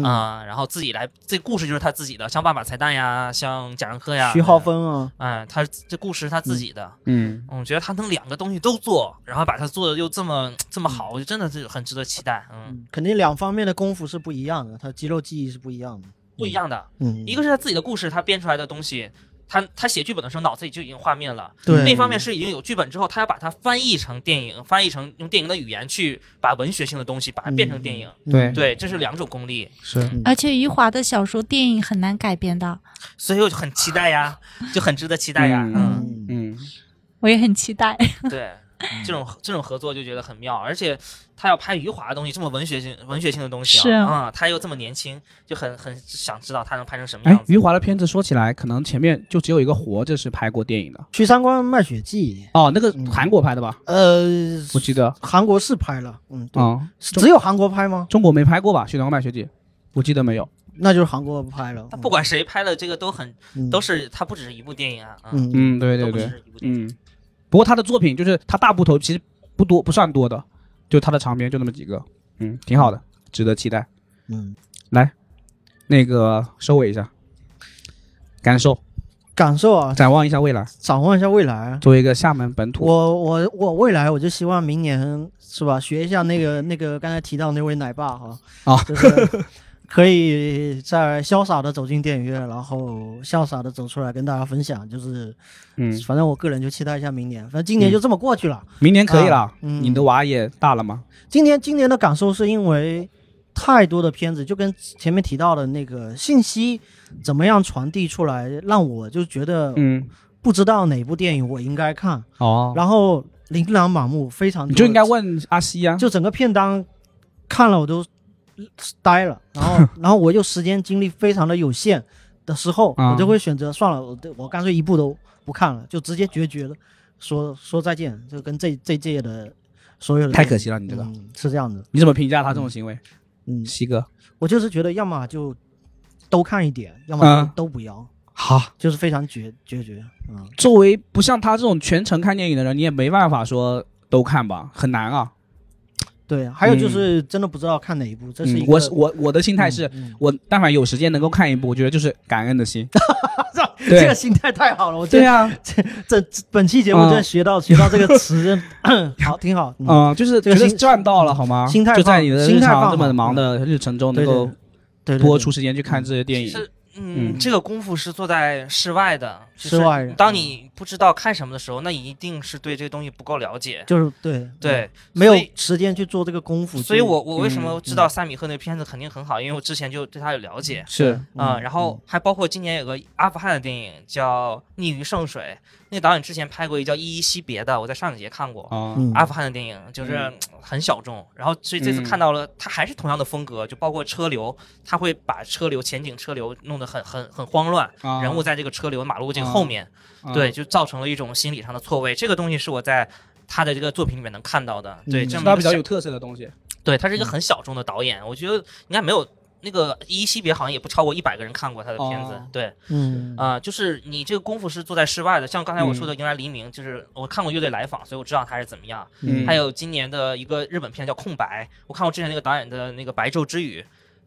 啊、嗯然后自己来，这故事就是他自己的，像《爸爸彩蛋》呀，像贾樟柯呀，徐浩，峰啊，哎、他这故事是他自己的，嗯，我觉得他能两个东西都做，然后把它做的又这么这么好，我就真的是很值得期待，嗯，嗯，肯定两方面的功夫是不一样的，他肌肉记忆是不一样的。不一样的。嗯，一个是他自己的故事，他编出来的东西，他他写剧本的时候脑子里就已经有画面了；对另一方面是已经有剧本之后，他要把它翻译成电影，翻译成用电影的语言去把文学性的东西把它变成电影。嗯对对，这是两种功力，是而且余华的小说、电影很难改编的，所以我就很期待呀，就很值得期待呀。嗯嗯，嗯嗯，我也很期待。对， <laughs> 这种这种合作就觉得很妙，而且他要拍余华的东西，这么文学性文学性的东西是啊，啊、他又这么年轻，就很很想知道他能拍成什么哎样，子。余华的片子说起来，可能前面就只有一个《活着》是拍过电影的，去三观卖血记，哦，那个嗯韩国拍的吧？呃，我记得，韩国是拍了，嗯，对，啊，只有韩国拍吗？中国没拍过吧？《雪阳麦学姐》，我记得没有。那就是韩国拍了，他不管谁拍的这个都很嗯都是，他不只是一部电影啊，嗯，嗯嗯，嗯对都对不只对，是一部电影。嗯。不过他的作品就是他大部头其实不多，不算多的，就他的长篇就那么几个，嗯，挺好的，值得期待。嗯，那个收尾一下，感受，感受啊，展望一下未来。展望一下未来。作为一个厦门本土，我我我未来我就希望明年是吧，学一下那个那个刚才提到那位奶爸哈，嗯啊就是可以再潇洒的走进电影院，然后潇洒的走出来跟大家分享，就是嗯，反正我个人就期待一下明年，反正今年就这么过去了。明年可以了啊。嗯你的娃也大了吗？今年今年的感受是因为太多的片子，就跟前面提到的那个信息怎么样传递出来，让我就觉得嗯，不知道哪部电影我应该看，哦，然后琳琅满目，非常你多就应该问啊阿西呀。就整个片单看了我都呆了，然 <laughs> 后然后我又时间精力非常的有限的时候，啊我就会选择算了，我我干脆一部都不看了，就直接决绝了。说说再见，就跟这这届的所有的太可惜了，你这个、嗯是这样子，你怎么评价他这种行为，嗯，西哥？我就是觉得要么就都看一点，要嗯么都不要，好，就是非常决决绝，嗯，作为不像他这种全程看电影的人，你也没办法说都看吧，很难啊。对。还有就嗯是真的不知道看哪一部，这是嗯一，个我是我我的心态是。嗯嗯我但凡有时间能够看一部，我觉得就是感恩的 <laughs> 心。 <laughs> 对这个心态太好了，我对这啊，这这本期节目嗯真的学到学到这个 <laughs> 词，真好，挺好，嗯嗯，就是这觉个得心赚到了好吗？心态就在放你的心日态常放这么好忙的日程嗯中，能对对够对，对多对出时间去看这些电其影。实，嗯，嗯这个功夫是做在室外的，就是室外的嗯当你不知道看什么的时候，那你一定是对这个东西不够了解。就是对，对，嗯没有所以时间去做这个功夫，所以我我为什么嗯知道萨米赫那个片子肯定很好，因为我之前就对他有了解是嗯啊、然后还包括今年有个阿富汗的电影叫《逆于圣水》，那个导演之前拍过一个叫《依依惜别》的，我在上影节看过。啊，嗯阿富汗的电影就是嗯很小众，然后所以这次嗯看到了，他还是同样的风格，就包括车流，他会把车流、前景车流弄得很很很慌乱，啊人物在这个车流、马路这个啊后面，对，，就造成了一种心理上的错位。这个东西是我在他的这个作品里面能看到的，对，嗯是这么一他个比较小有嗯特色的东西。对他是一个很小众的导演，我觉得应该没有那个《依依惜别》好像也不超过一百个人看过他的片子哦，对，嗯啊、就是你这个功夫是做在室外的，像刚才我说的《迎来黎明》，就是我看过乐队来访，所以我知道他是怎么样。嗯还有今年的一个日本片叫《空白》，我看过之前那个导演的那个《白昼之语》，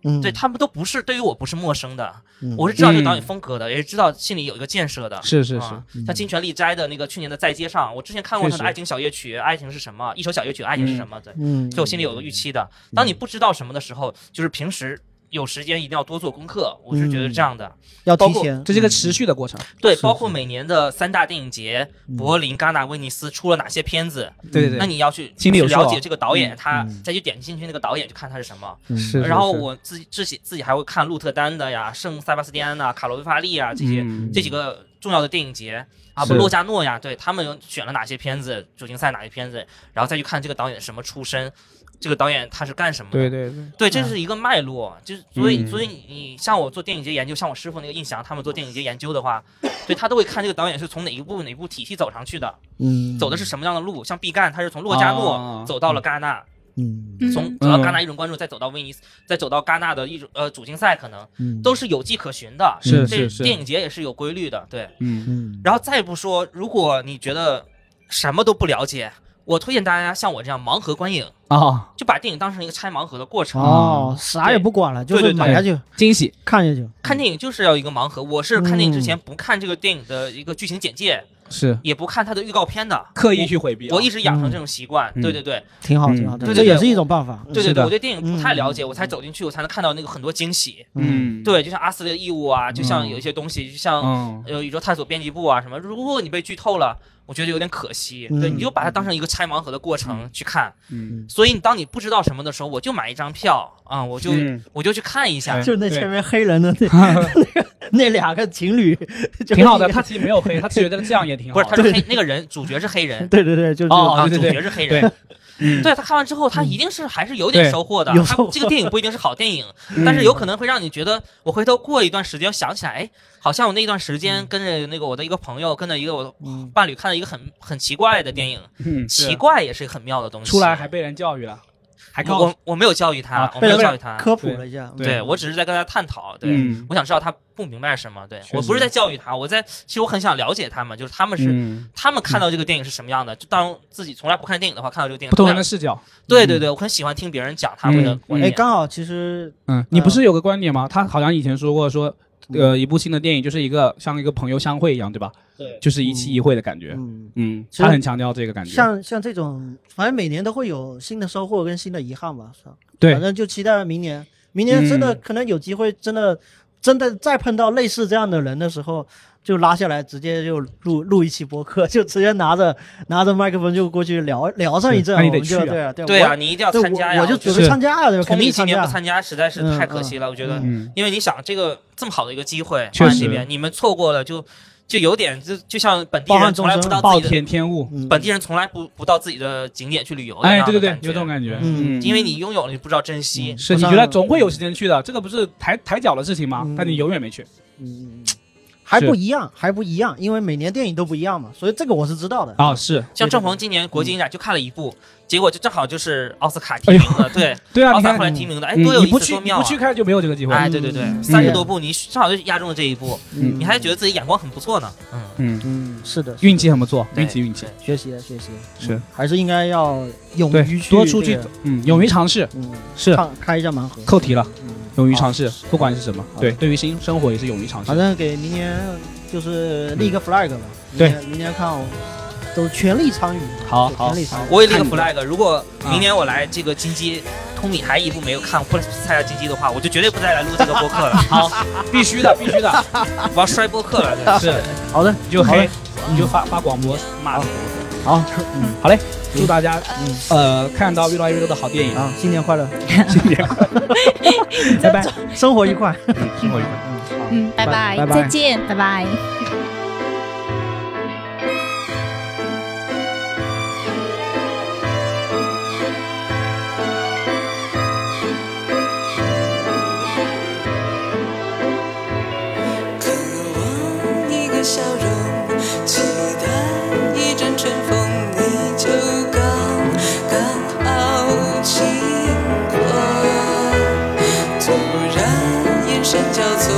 嗯对他们都不是对于我不是陌生的，嗯我是知道这嗯个导演风格的，也是知道心里有一个建设的。是是是嗯啊，像金泉利斋的那个去年的《在街上》，我之前看过他确实的《爱情小夜曲》，爱情是什么？一首小夜曲，爱情是什么？对，嗯，就我心里有个预期的。当你不知道什么的时候，就是平时有时间一定要多做功课，我是觉得这样的。嗯要包提括前，这是一个持续的过程。对，是包括是每年的三大电影节，嗯柏林、戛纳、威尼斯出了哪些片子，嗯对对那对，你要去心里有去数了啊解这个导演，嗯他嗯再去点进去那个导演，去看他是什么。嗯是然后我自己自己自己还会看鹿特丹的呀、圣塞巴斯蒂安呐、卡罗维法利啊这些、嗯这几个重要的电影节啊，是不洛迦诺呀，对他们有选了哪些片子，主竞赛哪些片子，然后再去看这个导演什么出身，这个导演他是干什么的。对啊对对，对，这是一个脉络，就是所以嗯所以你像我做电影节研究，像我师傅那个印象，他们做电影节研究的话，对他都会看这个导演是从哪一部哪一部体系走上去的，嗯 <laughs> 走的是什么样的路。像毕赣，他是从洛迦啊诺走到了戛纳，嗯嗯从走到戛纳一种关注，再走到威尼斯，再走到戛纳的一种呃主竞赛，可能嗯都是有迹可循的。是这是是，电影节也是有规律的，对。嗯嗯，然后再不说，如果你觉得什么都不了解，我推荐大家像我这样盲盒观影，啊，就把电影当成一个拆盲盒的过程。嗯哦，啥也不管了，就对是对买下去惊喜看下去，看电影就是要一个盲盒。我是看电影之嗯前不看这个电影的一个剧情简介，是也不看它的预告片的，刻意去回避啊。我。我一直养成这种习惯。嗯对对对挺好，嗯挺好，对对这对也是一种办法。对是对的对，我对电影不太了解，我才走进去，我才能看到那个很多惊喜。嗯，对，就像阿斯的义务啊，就像有一些东西，就像嗯，呃宇宙探索编辑部啊什么。如果你被剧透了，我觉得有点可惜。嗯对，你就把它当成一个拆盲盒的过程去看。嗯所以你当你不知道什么的时候，我就买一张票啊，我就嗯我就去看一下哎。 <laughs> 就是那前面黑人的 <laughs> 那那俩个情侣， <laughs> 就是嗯挺好的。一个他其实没有黑，他觉得这样也挺好不的。是，他是黑那个人，主角是黑人， <laughs> 对对对，就是哦啊，对主对对角是黑人对，嗯对他看完之后，他一定是还是有点对收获的有。他收获这个电影不一定是好电 <laughs> 影，嗯但是有可能会让你觉得，我回头过一段时间想起来，哎，好像我那段时嗯间跟着那个我的一个朋友，跟着一个我的嗯伴侣看了一个很很奇怪的电影，嗯是奇怪也是很妙的东西。出来还被人教育了，还告我我没有教育他啊，我没被有人教育他，科普了一下，嗯对对我只是在跟他探讨，对嗯我想知道他不明白什么，对确我不是实在教育他，我在其实我很想了解他们，就是他们是。嗯他们看到这个电影是什么样的？就当自己从来不看电影的话，看到这个电影不同会人的视角。对对对，我很喜欢听别人讲他们的嗯观嗯哎，点。刚好其实嗯，你不是有个观点吗？他好像以前说过说。呃，一部新的电影就是一个像一个朋友相会一样，对吧？对，就是一期一会的感觉。嗯。嗯，其实他很强调这个感觉。像像这种，反正每年都会有新的收获跟新的遗憾吧，是吧？对反，正就期待明年，明年真的嗯可能有机会，真的真的再碰到类似这样的人的时候，就拉下来直接就录录一期播客，就直接拿着拿着麦克风就过去聊聊上一阵，那你我得们就去啊对啊对啊对啊，我你一定要对参加呀！我我就觉准得备参加了，肯聪定明今参年加啊不。参加实在是太可惜了，我觉得，嗯，因为你想这个这么好的一个机会确放在实那边，你们错过了就就有点就就像本地抱憾人从来不终到暴自己的殄天物。嗯本地人从来不不到自己的景点去旅游的那哎，样对的对感觉，对，有这种感觉。嗯嗯因为你拥有了，你不知道珍惜。是我你上觉得总会有时间去的，这个不是抬抬脚的事情吗？嗯但你永远没去。嗯，嗯嗯还不一样，还不一样，因为每年电影都不一样嘛，所以这个我是知道的。啊，是像郑鹏今年国际影展就看了一部，结果就正好就是奥斯卡提名了， <laughs> 对，对啊，奥你斯卡看后来提名的，哎，嗯多有你意不思，去多你妙不啊！去看就没有这个机会，哎，对对对嗯，三十嗯多部，你正好就压中了这一部，嗯你还觉得自己眼光很不错呢，嗯，嗯，嗯，是的，运气很不错，对运气运气对学习了学习了，嗯是还是应该要勇对于，去多出这去个，嗯，勇于尝试嗯，是唱开一下盲盒。扣题了，嗯，勇于尝试好是，不管是什么，好对，对于新生活也是勇于尝反试，正给明年就是立一个 flag 吧。明对年，明年看我都全力参与，好对好全力参与。我也立个看你吧 flag，如果啊明年我来这个金鸡，通米还一部没有看或者参加金鸡的话，我就绝对不再来录这个播客 <laughs> 了，好，必须的必须的， <laughs> 我要摔播客了，真的是好的，你就好黑嘞，你就发发广播骂他，好，嗯好嘞，祝大家嗯呃看到越来越多的好电 <laughs> 影，啊，新年快乐，新年快乐，拜拜，生活愉快。生活愉快。嗯，好。嗯，拜拜拜拜再见，拜拜。渴望一个笑容，期待一阵春风，你就刚刚好经过。突然眼神交错，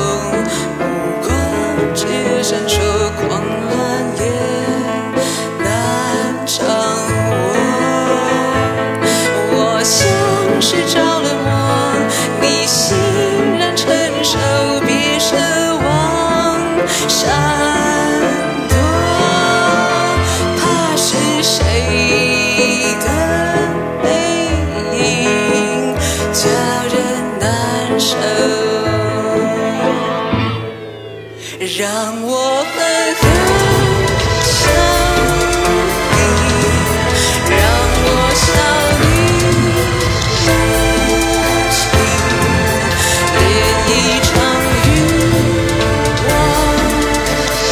目光只闪烁，狂乱也难掌握。我像是着了魔，你欣然承受，别奢望闪躲，怕是谁的背影，叫人难受。让我狠狠想你，让我笑你无情，连一场欲望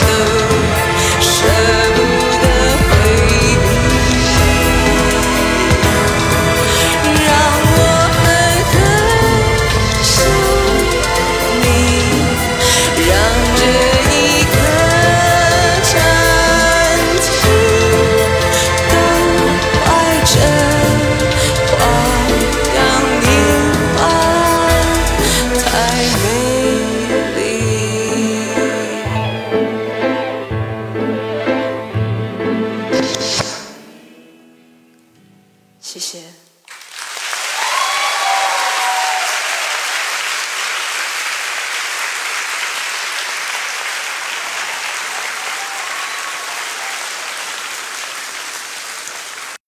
都舍不得回避，让我狠狠想。你让这一刻暂停，等爱着花样一般太美丽。谢谢。